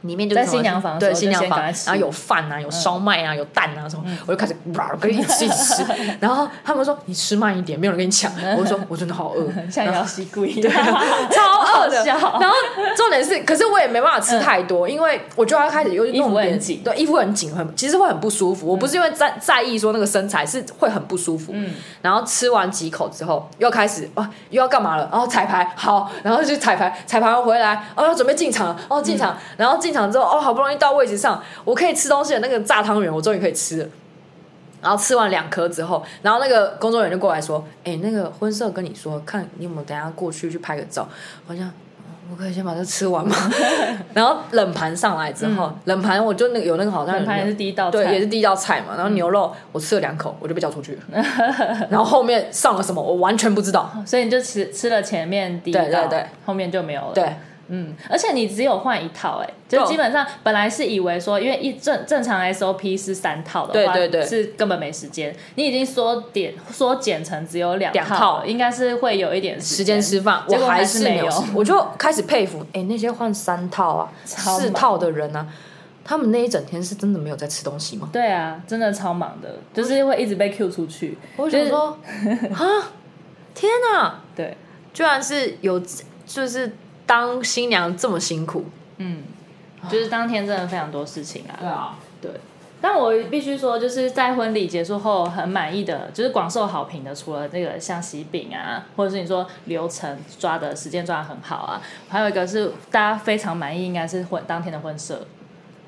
S2: 里面就是
S1: 在
S2: 什么
S1: 新娘房的
S2: 对
S1: 时候
S2: 新娘
S1: 就先
S2: 房，
S1: 赶快吃嗯
S2: 然后有饭啊，有烧麦啊，有蛋啊什么，我就开始哇，跟你吃一起 吃，然后他们说你吃慢一点，没有人跟你抢，我就说我真的好饿，
S1: 像腰膝骨一
S2: 对
S1: 样，
S2: 超饿的。
S1: 好笑
S2: 然后重点是，可是我也没办法吃太多，因为我就要开始又
S1: 嗯衣服
S2: 弄
S1: 会很
S2: 点
S1: 紧嗯
S2: 对，衣服很紧，很其实会很不舒服。我不是因为在在意说那个身材，是会很不舒服。
S1: 嗯
S2: 然后吃完几口之后，又开始哇、又要干嘛了？然后彩排好，然后去彩排，彩排完回来，哦，要准备进场，哦，进
S1: 嗯
S2: 场，然后进场之后，哦，好不容易到位置上，我可以吃东西的那个炸汤圆，我终于可以吃了。然后吃完两颗之后，然后那个工作人员就过来说：“哎、那个婚摄跟你说，看你有没有等一下过去去拍个照。”我想，我可以先把这吃 完吗？然后冷盘上来之后，冷盘我就那个有那个好像有
S1: 嗯冷盘也是第一道菜，嗯
S2: 对，也是第一道菜嘛。然后牛肉我吃了两口，我就被叫出 去了。然后后面上了什么我完全不知道。
S1: 所以你就吃吃了前面第一道，
S2: 对对对
S1: 后面就没有了。
S2: 对，哦
S1: 嗯，而且你只有换一套、哎，就
S2: 对
S1: 基本上本来是以为说，因为一正正常 SOP 是三套的话，
S2: 对对对
S1: 是根本没时间，你已经缩点缩减成只有两
S2: 两
S1: 了
S2: 套
S1: 应该是会有一点
S2: 时
S1: 时
S2: 间吃饭，
S1: 结
S2: 我
S1: 果还
S2: 是
S1: 没
S2: 没有吃。我就开始佩服，哎、那些换三套啊、
S1: 超忙
S2: 四套的人啊，他们那一整天是真的没有在吃东西吗？
S1: 对啊，真的超忙的，就是会一直被 Q 出去。
S2: 我想说，啊，天哪、
S1: 对，
S2: 居然是有，就是当新娘这么辛苦。
S1: 嗯，就是当天真的非常多事情啊。
S2: 啊，
S1: 对，但我必须说，就是在婚礼结束后很满意的，就是广受好评的，除了这个像喜饼啊，或者是你说流程抓的时间抓的很好啊，还有一个是大家非常满意，应该是婚当天的婚摄，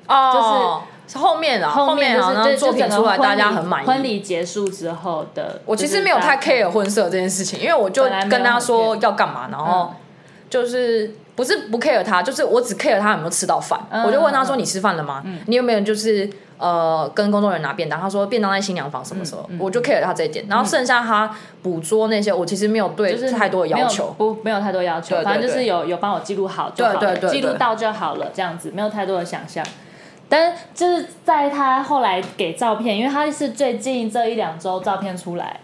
S2: 哦，就是后面啊，后
S1: 面就
S2: 好
S1: 是
S2: 像
S1: 对
S2: 作品
S1: 就整
S2: 出
S1: 个
S2: 来，大
S1: 婚
S2: 家
S1: 礼
S2: 很满意。
S1: 婚礼结束之后的，
S2: 我其实没有太
S1: 就是大家
S2: care 婚摄这件事情，因为我就
S1: 本来没有嗯
S2: 跟他说
S1: 很 care
S2: 要干嘛，然后就是不是不 care 他，就是我只 care 他有没有吃到饭。
S1: 嗯
S2: 我就问他说：“你吃饭了吗？你有没有就是呃跟工作人员拿便当？”他说：“便当在新娘房什么时候？”
S1: 嗯
S2: 我就 care 他这一点。然后剩下他捕捉那些，我其实没有对
S1: 就是
S2: 太多的要求。
S1: 没有不没有太多要求，
S2: 对对
S1: 反正就是有有帮我记录好就好了，
S2: 对对对对
S1: 记录到就好了，这样子没有太多的想象。但就是在他后来给照片，因为他是最近这一两周照片出来，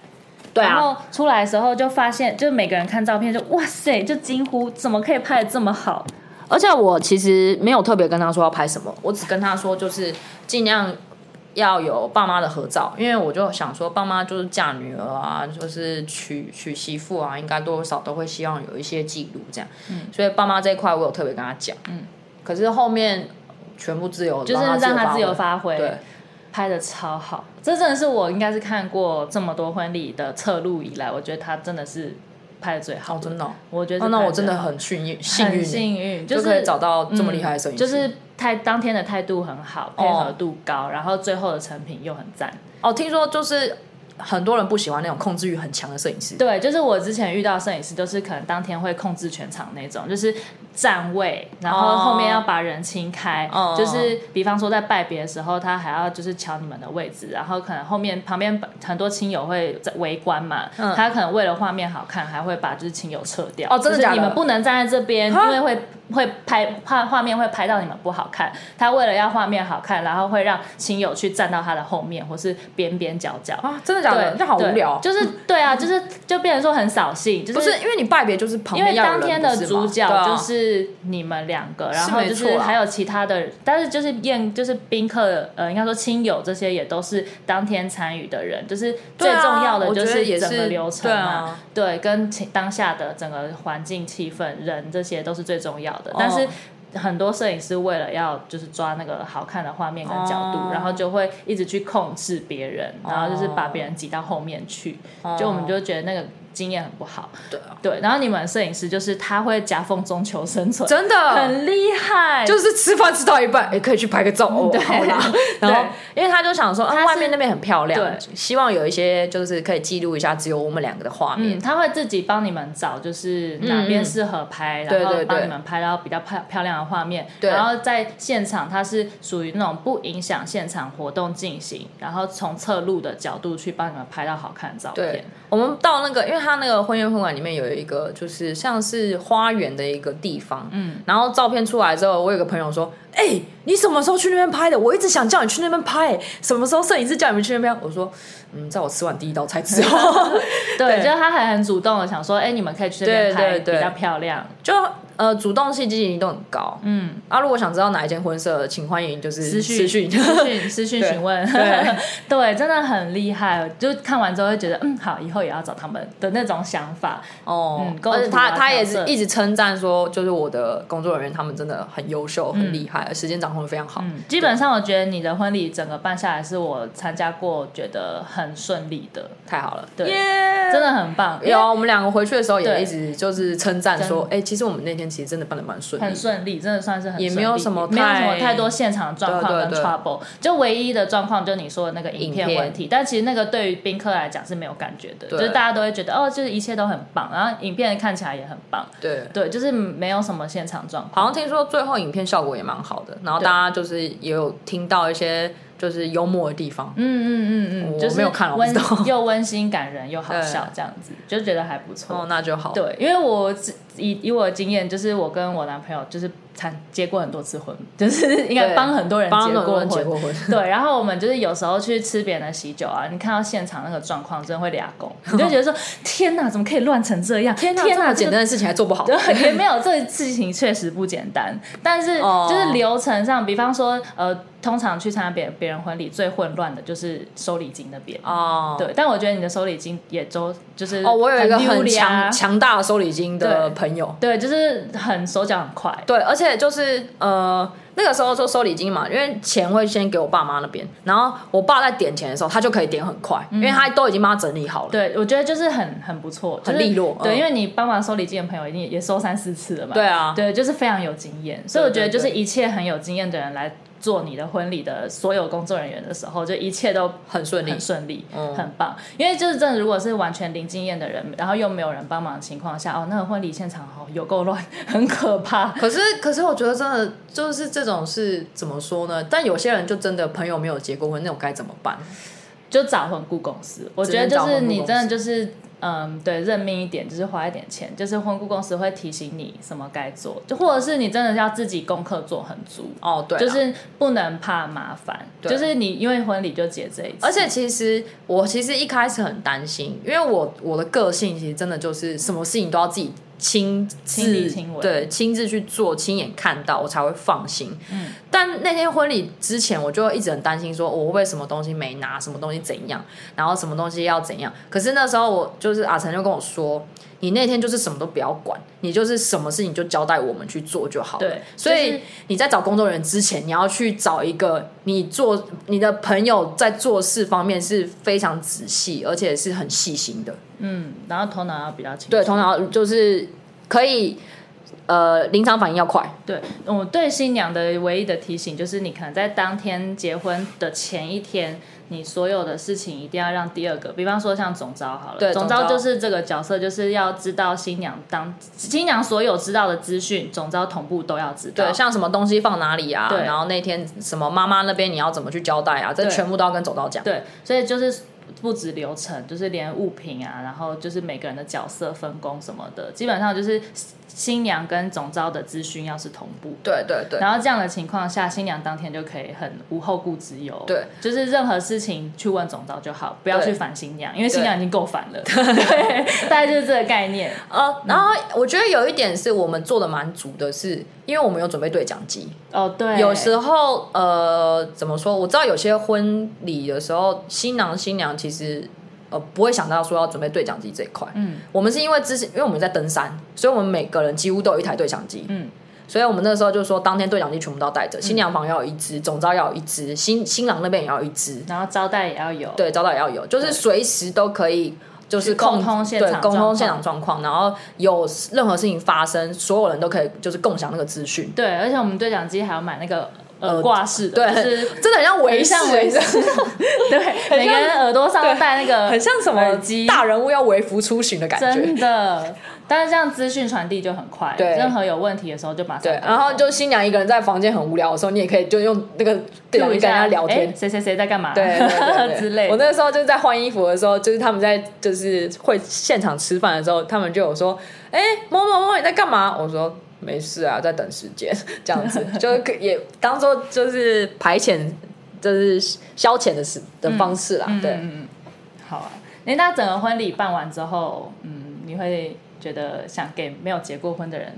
S2: 对
S1: 然
S2: 啊，
S1: 后出来的时候就发现，就是每个人看照片就哇塞，就惊呼怎么可以拍的这么好？
S2: 而且我其实没有特别跟他说要拍什么，我只跟他说就是尽量。要有爸妈的合照，因为我就想说，爸妈就是嫁女儿啊，就是娶娶媳妇啊，应该多少都会希望有一些记录这样。
S1: 嗯
S2: 所以爸妈这一块我有特别跟他讲。嗯，可是后面全部自由，
S1: 就是让他自由
S2: 发
S1: 发挥，
S2: 挥。对，
S1: 拍的超好。这真的是我应该是看过这么多婚礼的侧录以来，我觉得他真的是拍的最好
S2: 哦，
S1: 的。
S2: 真的哦、
S1: 我觉得是
S2: 哦那
S1: 拍
S2: 我真的
S1: 最好
S2: 很幸运，幸
S1: 很
S2: 运，欸
S1: 幸运，嗯
S2: 就是可以找到这么厉害的摄影师。
S1: 就是哦态当天的态度很好，配合度高，然后最后的成品又很赞。
S2: 哦，听说就是很多人不喜欢那种控制欲很强的摄影师。
S1: 对，就是我之前遇到摄影师，就是可能当天会控制全场那种，就是站位，然后后面要把人清开，
S2: 哦
S1: 就是比方说在拜别的时候，他还要就是瞧你们的位置，然后可能后面旁边很多亲友会在围观嘛，
S2: 嗯
S1: 他可能为了画面好看，还会把就是亲友撤掉。
S2: 哦真的
S1: 就是
S2: 假的
S1: 你们不能站在这边，
S2: 哈
S1: 因为会。会拍画画面会拍到你们不好看，他为了要画面好看，然后会让亲友去站到他的后面或是边边角角。
S2: 啊，真的假的？
S1: 对
S2: 那好无
S1: 对
S2: 聊哦。
S1: 就是 对啊，就是就变成说很扫兴，就
S2: 不是因为你拜别就是旁
S1: 因为
S2: 边要有
S1: 当
S2: 人
S1: 天
S2: 不
S1: 的
S2: 是吗
S1: 主角
S2: 对啊
S1: 就是你们两个，然后
S2: 没
S1: 就
S2: 错啊
S1: 是
S2: 啦
S1: 还有其他的，但是就是宴就是宾客呃，应该说亲友这些也都是当天参与的人，就是最
S2: 对啊
S1: 重要的
S2: 我
S1: 就
S2: 觉得也
S1: 整个
S2: 是
S1: 流程
S2: 对
S1: 嘛
S2: 啊，
S1: 对，跟情当下的整个环境、气氛、人这些都是最重要的
S2: 哦，
S1: 但是。很多摄影师为了要就是抓那个好看的画面跟角度，
S2: 哦
S1: 然后就会一直去控制别人，然后就是把
S2: 哦
S1: 别人挤到后面去，
S2: 哦
S1: 就我们就觉得那个经验很不好。
S2: 对啊
S1: 对，然后你们摄影师就是他会夹缝中求生存，
S2: 真的。
S1: 很厉害，
S2: 就是吃饭吃到一半，也可以去拍个照哦，好 啦。然后，因为他就想说，啊，
S1: 是
S2: 外面那边很漂亮，
S1: 对
S2: 希望有一些就是可以记录一下只有我们两个的画面
S1: 嗯，。他会自己帮你们找，就是哪边适合拍，
S2: 对
S1: 然后
S2: 对
S1: 帮
S2: 对
S1: 你们拍到比较漂漂亮的画面。
S2: 嗯对
S1: 然后在现场，它是属于那种不影响现场活动进行，然后从侧录的角度去帮你们拍到好看的照
S2: 对
S1: 片。，
S2: 我们到那个，因为他那个婚宴会馆里面有一个，就是像是花园的一个地方，嗯，然后照片出来之后，我有个朋友说，哎、你什么时候去那边拍的？我一直想叫你去那边拍、什么时候摄影师叫你们去那边？我说，嗯，在我吃完第一道菜之后，
S1: 对，
S2: 对
S1: 就是他还很主动的想说，哎，你们可以去那边
S2: 对
S1: 拍，
S2: 对对
S1: 比较漂亮。
S2: 就呃主动性、积极性都很高，嗯，啊，如果想知道哪一间婚社，请欢迎就是
S1: 私
S2: 讯，
S1: 讯私 讯嗯私讯
S2: 对
S1: 询问，
S2: 对
S1: 对，真的很厉害。就看完之后会觉得，嗯，好，以后也要找他们的那种想法。
S2: 哦，
S1: 嗯构
S2: 而且
S1: 图啊
S2: 他他也
S1: 调
S2: 是
S1: 色
S2: 一直称赞说，就是我的工作人员他们真的很优秀、很厉害，时间掌控的非常好，
S1: 嗯，基本上我觉得你的婚礼整个办下来，是我参加过觉得很顺利的，
S2: 太好了，
S1: 对
S2: 耶
S1: 真的很棒，
S2: 有啊，我们两个回去的时候也
S1: 对
S2: 一直就是称赞说，
S1: 真
S2: 哎、其实我们那天其实真的办的蛮顺利
S1: 很
S2: 的。
S1: 顺利，真的算是很
S2: 也
S1: 顺利
S2: 没有什么
S1: 没有什么
S2: 太
S1: 太多现场状况跟
S2: 对对对啊
S1: trouble，就唯一的状况就你说的那个影片
S2: 影片
S1: 问题，但其实那个对于宾客来讲是没有感觉的，
S2: 对
S1: 就是大家都会觉得哦，就是一切都很棒，然后影片看起来也很棒，
S2: 对，
S1: 对，就是没有什么现场状
S2: 好
S1: 况。
S2: 像听说最后影片效果也蛮好的，然后大家就是也有听到一些就是幽默的地方。
S1: 嗯嗯嗯嗯，
S2: 我
S1: 就是
S2: 没有看我不
S1: 温
S2: 知道
S1: 又温馨感人又好笑，这样子就觉得还不错。
S2: 哦，那就好。
S1: 对，因为我自以以我的经验，就是我跟我男朋友就是参结过很多次婚，就是应该
S2: 对
S1: 帮很多人
S2: 帮
S1: 结
S2: 很
S1: 过
S2: 多人
S1: 婚。
S2: 结过婚，
S1: 对，然后我们就是有时候去吃别人的喜酒啊，你看到现场那个状况，真的会俩拱，你就觉得 说天哪，怎么可以乱成这样？天
S2: 天
S1: 哪，
S2: 哪，
S1: 这
S2: 简
S1: 个
S2: 单的事情还做不好。
S1: 对，也没有这事情确实不简单，但是
S2: 哦
S1: 就是流程上，比方说，呃，通常去参加别别人婚礼最混乱的就是收礼金那边。
S2: 哦，
S1: 对，但我觉得你的收礼金也都就是
S2: 哦，我有一个
S1: 很啊
S2: 很
S1: 溜达
S2: 强强大的收礼金的
S1: 对
S2: 朋友。
S1: 对，就是很手脚很快，
S2: 对，而且就是呃，那个时候就收礼金嘛，因为钱会先给我爸妈那边，然后我爸在点钱的时候，他就可以点很快，因为他都已经帮他整理好了。
S1: 嗯对我觉得就是很很不错，就是
S2: 很利落
S1: 对，
S2: 嗯
S1: 因为你帮忙收礼金的朋友一定也也收三四次了嘛，
S2: 对啊
S1: 对，就是非常有经验，所以我觉得
S2: 对
S1: 就
S2: 对
S1: 是一切很有经验的人来做你的婚礼的所有工作人员的时候，就一切都
S2: 很顺利
S1: 很顺利，
S2: 嗯
S1: 很棒。因为就是真的，如果是完全零经验的人，然后又没有人帮忙的情况下，哦，那个婚礼现场哦有够乱， 很可怕。
S2: 可是，可是我觉得真的就是这种是怎么说呢？但有些人就真的朋友没有结过婚，那种该怎么办？
S1: 就找婚顾公司。我觉得
S2: 找
S1: 就
S2: 婚顾
S1: 是
S2: 公司
S1: 你真的就是。嗯，对，认命一点，就是花一点钱，就是婚顾公司会提醒你什么该做，就或者是你真的要自己功课做很足，
S2: 哦，对啦，
S1: 就是不能怕麻烦，
S2: 对
S1: 就是你因为婚礼就结这一次，
S2: 而且其实我其实一开始很担心，因为我我的个性其实真的就是什么事情都要自己亲自
S1: 亲力亲为
S2: 对，亲自去做，亲眼看到我才会放心。嗯，但那天婚礼之前，我就一直很担心，说我会不会什么东西没拿，什么东西怎样，然后什么东西要怎样。可是那时候我就是阿成就跟我说。你那天就是什么都不要管，你就是什么事情就交代我们去做就好了
S1: 对。
S2: 所以、
S1: 就是
S2: 你在找工作人员之前，你要去找一个你做你的朋友在做事方面是非常仔细，而且是很细心的。
S1: 嗯，然后头脑要比较清楚。
S2: 对，通常就是可以呃临场反应要快。
S1: 对，我对新娘的唯一的提醒就是，你可能在当天结婚的前一天，你所有的事情一定要让第二个，比方说像总招好了，
S2: 对
S1: 总
S2: 总
S1: 招
S2: 招
S1: 就是这个角色，就是要知道新娘当新娘所有知道的资讯，总招同步都要知道。
S2: 对，啊像什么东西放哪里啊，
S1: 对
S2: 然后那天什么妈妈那边你要怎么去交代啊，这
S1: 对
S2: 全部都要跟总道讲。
S1: 对，所以就是不止流程，就是连物品啊，然后就是每个人的角色分工什么的，基本上就是新娘跟总招的资讯要是同步的。
S2: 对对对
S1: 然后这样的情况下，新娘当天就可以很无后顾之忧。
S2: 对，
S1: 就是任何事情去问总招就好，不要
S2: 对
S1: 去烦新娘，因为新娘已经够烦了。对， 大概就是这个概念。
S2: 呃，然
S1: 嗯
S2: 后我觉得有一点是我们做的蛮足的是，因为我们有准备对讲机。
S1: 哦，对，
S2: 有时候呃，怎么说？我知道有些婚礼的时候，新郎新娘其实呃不会想到说要准备对讲机这一块。
S1: 嗯
S2: 我们是因为之前，因为我们在登山，所以我们每个人几乎都有一台对讲机，
S1: 嗯，
S2: 所以我们那时候就说当天对讲机全部都要带着，新娘房要有一支，总招要有一支，新新郎那边也要有一支，
S1: 然后招待也要有。
S2: 对，招待也要有，就是随时都可以，就是
S1: 去沟
S2: 控
S1: 通现
S2: 对
S1: 场
S2: 沟
S1: 状
S2: 通现场
S1: 况
S2: 状况，然后有任何事情发生，所有人都可以就是共享那个资讯，
S1: 对，而且我们对讲机还要买那个
S2: 耳
S1: 耳挂式的，
S2: 对，
S1: 就是
S2: 真的很像维
S1: 很
S2: 氏，
S1: 像维氏，对，每个人耳朵上都戴那 个，
S2: 很像什么
S1: 耳机
S2: 大人物要为服出巡的感觉
S1: 真。的。但是这样资讯传递就很快，
S2: 对
S1: 任何有问题的时候就马上
S2: 对，
S1: 沟通。
S2: 然后就新娘一个人在房间很无聊的时候，你也可以就用那个电脑跟
S1: 录一
S2: 人家
S1: 下哎
S2: 聊天
S1: 诶。谁谁谁在干嘛，
S2: 对对对对
S1: 之类
S2: 我
S1: 的。
S2: 那时候就在换衣服的时候，就是他们在就是会现场吃饭的时候，他们就有说：“哎、某某某你在干嘛？”我说：“没事啊，在等时间。”这样 子就是可也当做就是排遣，就是消遣的时的方式啦。对，
S1: 嗯嗯，好啊。诶那整个婚礼办完之后，嗯，你会觉得想给没有结过婚的人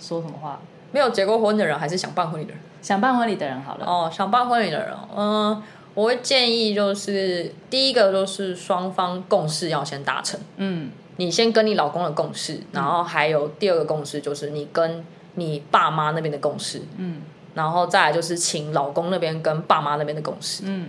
S1: 说什么话？
S2: 没有结过婚的人还是想办婚礼的人。
S1: 想办婚礼的人好了，
S2: 哦，想办婚礼的人哦，嗯，我会建议就是第一个就是双方共识要先达成，
S1: 嗯，
S2: 你先跟你老公的共识，然后还有第二个共识就是你跟你爸妈那边的共识，
S1: 嗯，
S2: 然后再来就是请老公那边跟爸妈那边的共识，
S1: 嗯，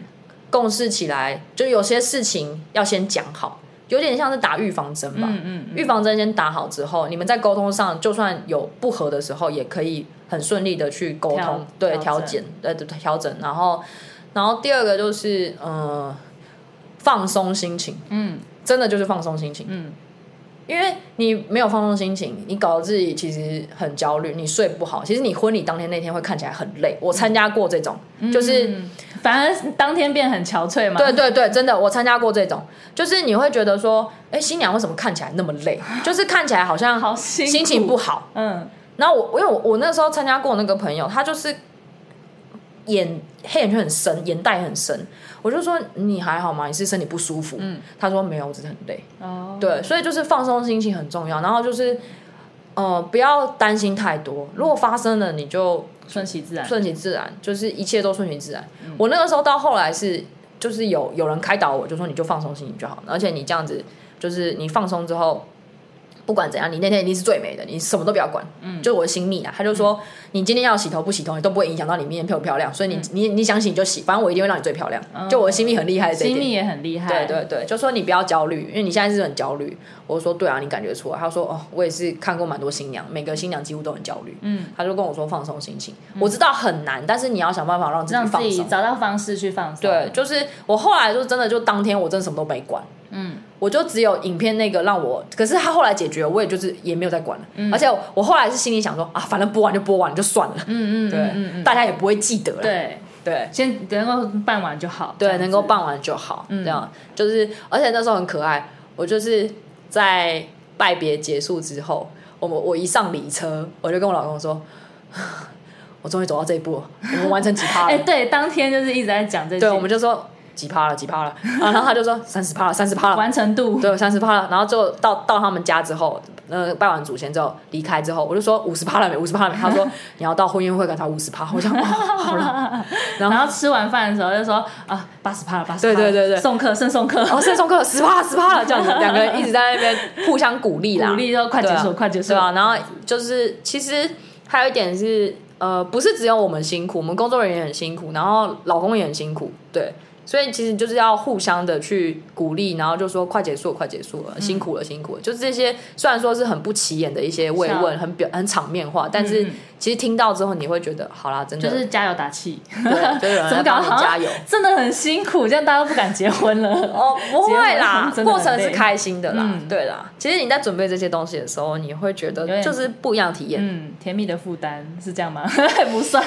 S2: 共识起来就有些事情要先讲好，有点像是打预防针吧，
S1: 嗯嗯嗯
S2: 预防针先打好之后，你们在沟通上就算有不合的时候，也可以很顺利的去沟通
S1: 调，
S2: 对
S1: 调
S2: 调
S1: 整
S2: 整，对对调整。然后，然后第二个就是呃，放松心情，
S1: 嗯
S2: 真的就是放松心情，
S1: 嗯，
S2: 因为你没有放松心情，你搞得自己其实很焦虑，你睡不好。其实你婚礼当天那天会看起来很累，我参加过这种，就是。
S1: 嗯反而当天变很憔悴嘛。
S2: 对对对，真的，我参加过这种，就是你会觉得说，哎，新娘为什么看起来那么 累？就是看起来好像
S1: 好辛苦
S2: 心情不好，
S1: 嗯，
S2: 然后我因为我我那时候参加过那个朋友，他就是眼黑眼圈很深，眼袋很深。我就说你还好吗？你是身体不舒服？嗯，他说没有，我只是很累。
S1: 哦，
S2: 对，所以就是放松心情很重要，然后就是呃不要担心太多，如果发生了你就
S1: 顺其自然。
S2: 顺其自然，就是一切都顺其自然。我那个时候到后来是，就是有有人开导我，就说你就放松心情就好，而且你这样子，就是你放松之后，不管怎样，你那天一定是最美的，你什么都不要管。嗯，就是我的心意啊。他就说，你今天要洗头不洗头，你都不会影响到你明天漂不漂亮，所以你、你你想洗你就洗，反正我一定会让你最漂亮。就我的心意很厉害的这一
S1: 金
S2: 点
S1: 密。也很厉
S2: 对
S1: 害，
S2: 对对，就说你不要焦虑，因为你现在是很焦虑。我说对啊，你感觉出来。他说哦，我也是看过蛮多新娘，每个新娘几乎都很焦虑。嗯，他就跟我说放松心情，我知道很难，但是你要想办法让自己
S1: 嗯让
S2: 放
S1: 自己
S2: 松。
S1: 找到方式去放松。
S2: 对，，就是我后来就真的就当天我真的什么都没管，
S1: 嗯，
S2: 我就只有影片那个让我，可是他后来解决，我也就是也没有再管了。
S1: 嗯
S2: 而且我后来是心里想说啊，反正播完就播完就算了，
S1: 嗯嗯，
S2: 对，
S1: 嗯嗯嗯，
S2: 大家也不会记得了。
S1: 对，
S2: 对，
S1: 先能够办完就好，这
S2: 对，
S1: 样子嗯
S2: 能够办完就好。这样就是，而且那时候很可爱。我就是在拜别结束之后，我们我一上礼车，我就跟我老公说：“ 我终于走到这一步了，我们完成几趴了。
S1: 哎，对，当天就是一直在讲这
S2: 对，
S1: 些
S2: 我们就说几趴了，几趴了。啊然后他就说三十趴了，三十趴了。
S1: 完成度，
S2: 对，三十趴了。然后就到到他们家之后，呃，拜完祖先之后离开之后，我就说五十趴了没？五十趴了没？他说你要到婚宴会感到五十趴。我想、哦、好了，然
S1: 然后吃完饭的时候就说啊，八十趴了，八十，
S2: 对对对对哦
S1: 送客剩送客，
S2: 然后剩送客十趴十趴了，这样子，两个人一直在那边互相鼓励啦，
S1: 鼓励说快结束
S2: 对啊
S1: 快结束
S2: 对啊。然后就是其实还有一点是，呃，不是只有我们辛苦，我们工作人员也很辛苦，然后老公也很辛苦，对。所以其实就是要互相的去鼓励，然后就说快结束了，快结束
S1: 嗯
S2: 了，辛苦了，辛苦了。就是这些虽然说是很不起眼的一些慰
S1: 是啊
S2: 问，很表很场面化，但是
S1: 嗯嗯
S2: 其实听到之后你会觉得，好啦，真的
S1: 就是加油打 气，
S2: 对，啊就是有人在
S1: 怎么搞
S2: 帮你
S1: 好
S2: 加
S1: 像
S2: 油。
S1: 真的很辛苦，这样大家都不敢结婚了。
S2: 哦，不会啦
S1: 结婚真，的
S2: 过
S1: 很
S2: 程是
S1: 累
S2: 开心的啦，
S1: 嗯
S2: 对啦。其实你在准备这些东西的时候，你会觉
S1: 点
S2: 得就是不一样的体验，
S1: 嗯，甜蜜的负担是这样吗？ 不算，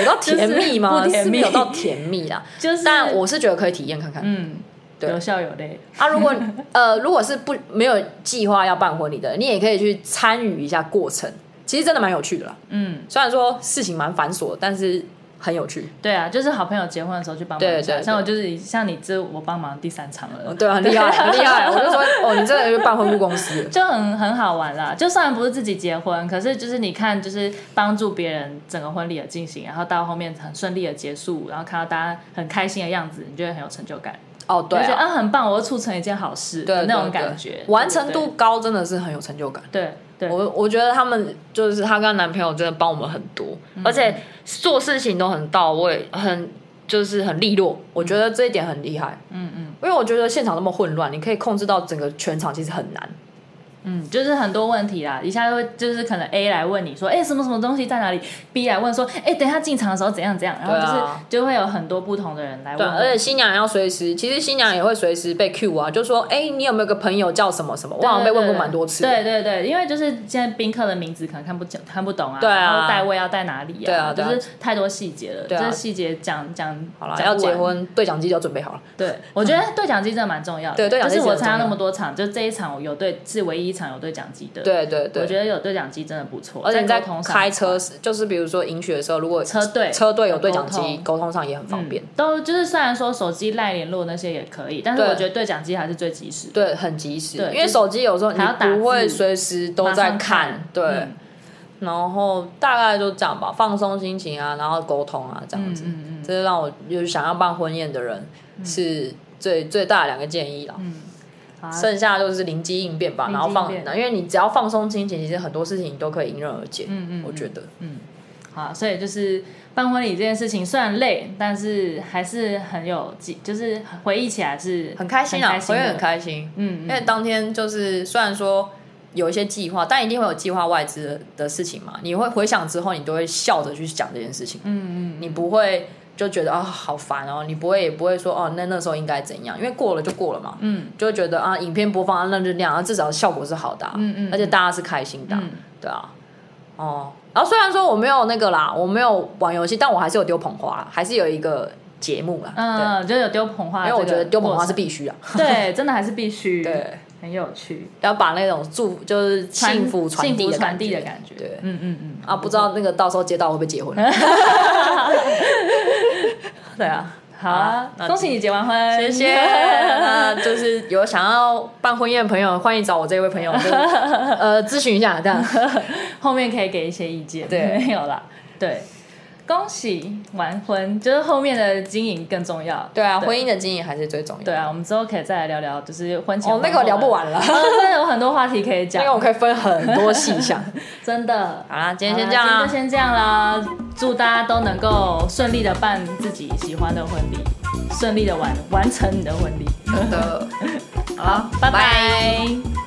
S2: 有到甜蜜吗？
S1: 就是不甜蜜
S2: 是没有到甜蜜啦，
S1: 就是
S2: 但我是觉得可以体验看看。
S1: 嗯，
S2: 对
S1: 有笑有泪，
S2: 啊， 如果呃，如果是不没有计划要办婚礼的，你也可以去参与一下过程，其实真的蛮有趣的啦。
S1: 嗯，
S2: 虽然说事情蛮繁琐，但是很有趣。
S1: 对啊，就是好朋友结婚的时候去帮忙
S2: 对
S1: 一下，
S2: 对
S1: 像
S2: 对
S1: 我就是像你这我帮忙第三场了，
S2: 对啊，很厉害，很厉害。我就说，哦，你真的就办婚顾公司了。
S1: 就很很好玩啦。就虽然不是自己结婚，可是就是你看，就是帮助别人整个婚礼的进行，然后到后面很顺利的结束，然后看到大家很开心的样子，你就会很有成就感，
S2: 哦，对
S1: 就觉得
S2: 啊，
S1: 啊很棒，我又促成一件好事
S2: 对
S1: 的那
S2: 对
S1: 种
S2: 对
S1: 感觉，
S2: 完成度高真的是很有成就感。
S1: 对对对
S2: 我我觉得他们就是她跟她男朋友真的帮我们很多，而且做事情都很到位，很就是很利落。我觉得这一点很厉害，
S1: 嗯嗯
S2: 因为我觉得现场那么混乱，你可以控制到整个全场其实很难。
S1: 嗯，就是很多问题啦，一下就会就是可能 A 来问你说，哎、什么什么东西在哪里？B 来问说，哎、等一下进场的时候怎样怎样，然后
S2: 对
S1: 就
S2: 啊
S1: 是、就会有很多不同的人来
S2: 对，啊
S1: 问
S2: 而且新娘要随时，其实新娘也会随时被 Q 啊，就说哎、你有没有个朋友叫什么什么？我好像被问过蛮多次。
S1: 对对对，因为就是现在宾客的名字可能看不清看不懂啊，
S2: 对啊
S1: 然后带位要带哪里
S2: 对啊对啊
S1: 就是太多细节了，
S2: 对啊
S1: 就是细节讲讲
S2: 好了，
S1: 讲
S2: 要
S1: 不
S2: 结
S1: 完。
S2: 婚对讲机就要准备好了。
S1: 对，我觉得对讲机真的蛮重要的。
S2: 对对讲机
S1: 就是
S2: 真的很
S1: 我
S2: 重
S1: 参加那
S2: 要
S1: 么多场，就这一场我有对是唯一一场有对讲机的。，
S2: 对对对，
S1: 我觉得有对讲机真的不错，
S2: 而且你在
S1: 沟通上
S2: 开
S1: 很
S2: 车
S1: 快
S2: 时，就是比如说迎娶的时候，如果
S1: 车队
S2: 车队有对讲
S1: 沟
S2: 机，
S1: 通
S2: 沟通上也很方便。
S1: 都就是虽然说手机赖联络那些也可以，但是
S2: 对
S1: 我觉得对讲机还是最及时的。
S2: 对，很及时。
S1: 对
S2: 因为
S1: 就是
S2: 手机有时候你
S1: 还要打字
S2: 不会随时都在
S1: 马上看
S2: 对。
S1: 嗯
S2: 然后大概就这样吧，放松心情啊，然后沟通啊，这样子，
S1: 嗯
S2: 这是让我就是想要办婚宴的人、是最最大的两个建议了。
S1: 好啊
S2: 剩下就是灵机应变吧，
S1: 灵机
S2: 然后放
S1: 应，变
S2: 因为你只要放松心情，其实很多事情你都可以迎刃而解。嗯嗯我觉得
S1: 好啊，所以就是办婚礼这件事情虽然累，但是还是很有记，就是回忆起来是
S2: 很开心啊，
S1: 很开心
S2: 我
S1: 的
S2: 也很开心。
S1: 嗯
S2: 因为当天就是虽然说有一些计划，但一定会有计划外资的的事情嘛。你会回想之后，你都会笑着去讲这件事情。嗯嗯，你不会就觉得啊、好烦哦，你不会也不会说哦那那时候应该怎样，因为过了就过了嘛。
S1: 嗯，
S2: 就会觉得啊影片播放啊那就那样，啊至少效果是好的、啊。
S1: 嗯嗯嗯
S2: 而且大家是开心的啊、
S1: 嗯
S2: 对啊。哦，然后虽然说我没有那个啦，我没有玩游戏，但我还是有丢捧花啦，还是有一个节目啦。
S1: 嗯，就有丢捧花
S2: 对，因为我
S1: 这个过程，嗯
S2: 觉得丢捧花是必 须啊。
S1: 对，真的还是必须，
S2: 对，
S1: 很有趣，
S2: 要把那种祝就是
S1: 传
S2: 幸福传
S1: 幸
S2: 递
S1: 福
S2: 的
S1: 传
S2: 感
S1: 递的
S2: 觉
S1: 感觉，
S2: 对
S1: 嗯嗯嗯，
S2: 啊，不知道那个到时候接到会不会结婚？对啊，
S1: 好啊，
S2: 那
S1: 恭喜你结完婚，
S2: 谢谢。 那就是有想要办婚宴的朋友，欢迎找我这位朋友， 就是呃，咨询一下这样。
S1: 后面可以给一些意见，
S2: 对
S1: 没有啦，对。恭喜完婚，就是后面的经营更重要。
S2: 对啊，婚姻的经营还是最重要。
S1: 对啊，我们之后可以再来聊聊，就是婚前
S2: 哦，那个我聊不，完了，
S1: 哦真的有很多话题可以
S2: 因
S1: 讲
S2: 为，我可以分很多细项。
S1: 真的。
S2: 好啦，今天先
S1: 好啦
S2: 这样啊啦
S1: 今天就，先这样啦。祝大家都能够顺利的办自己喜欢的婚礼，
S2: 啊
S1: 顺利的完完成你的婚礼。
S2: 好的，好啦，
S1: 拜
S2: 拜
S1: 拜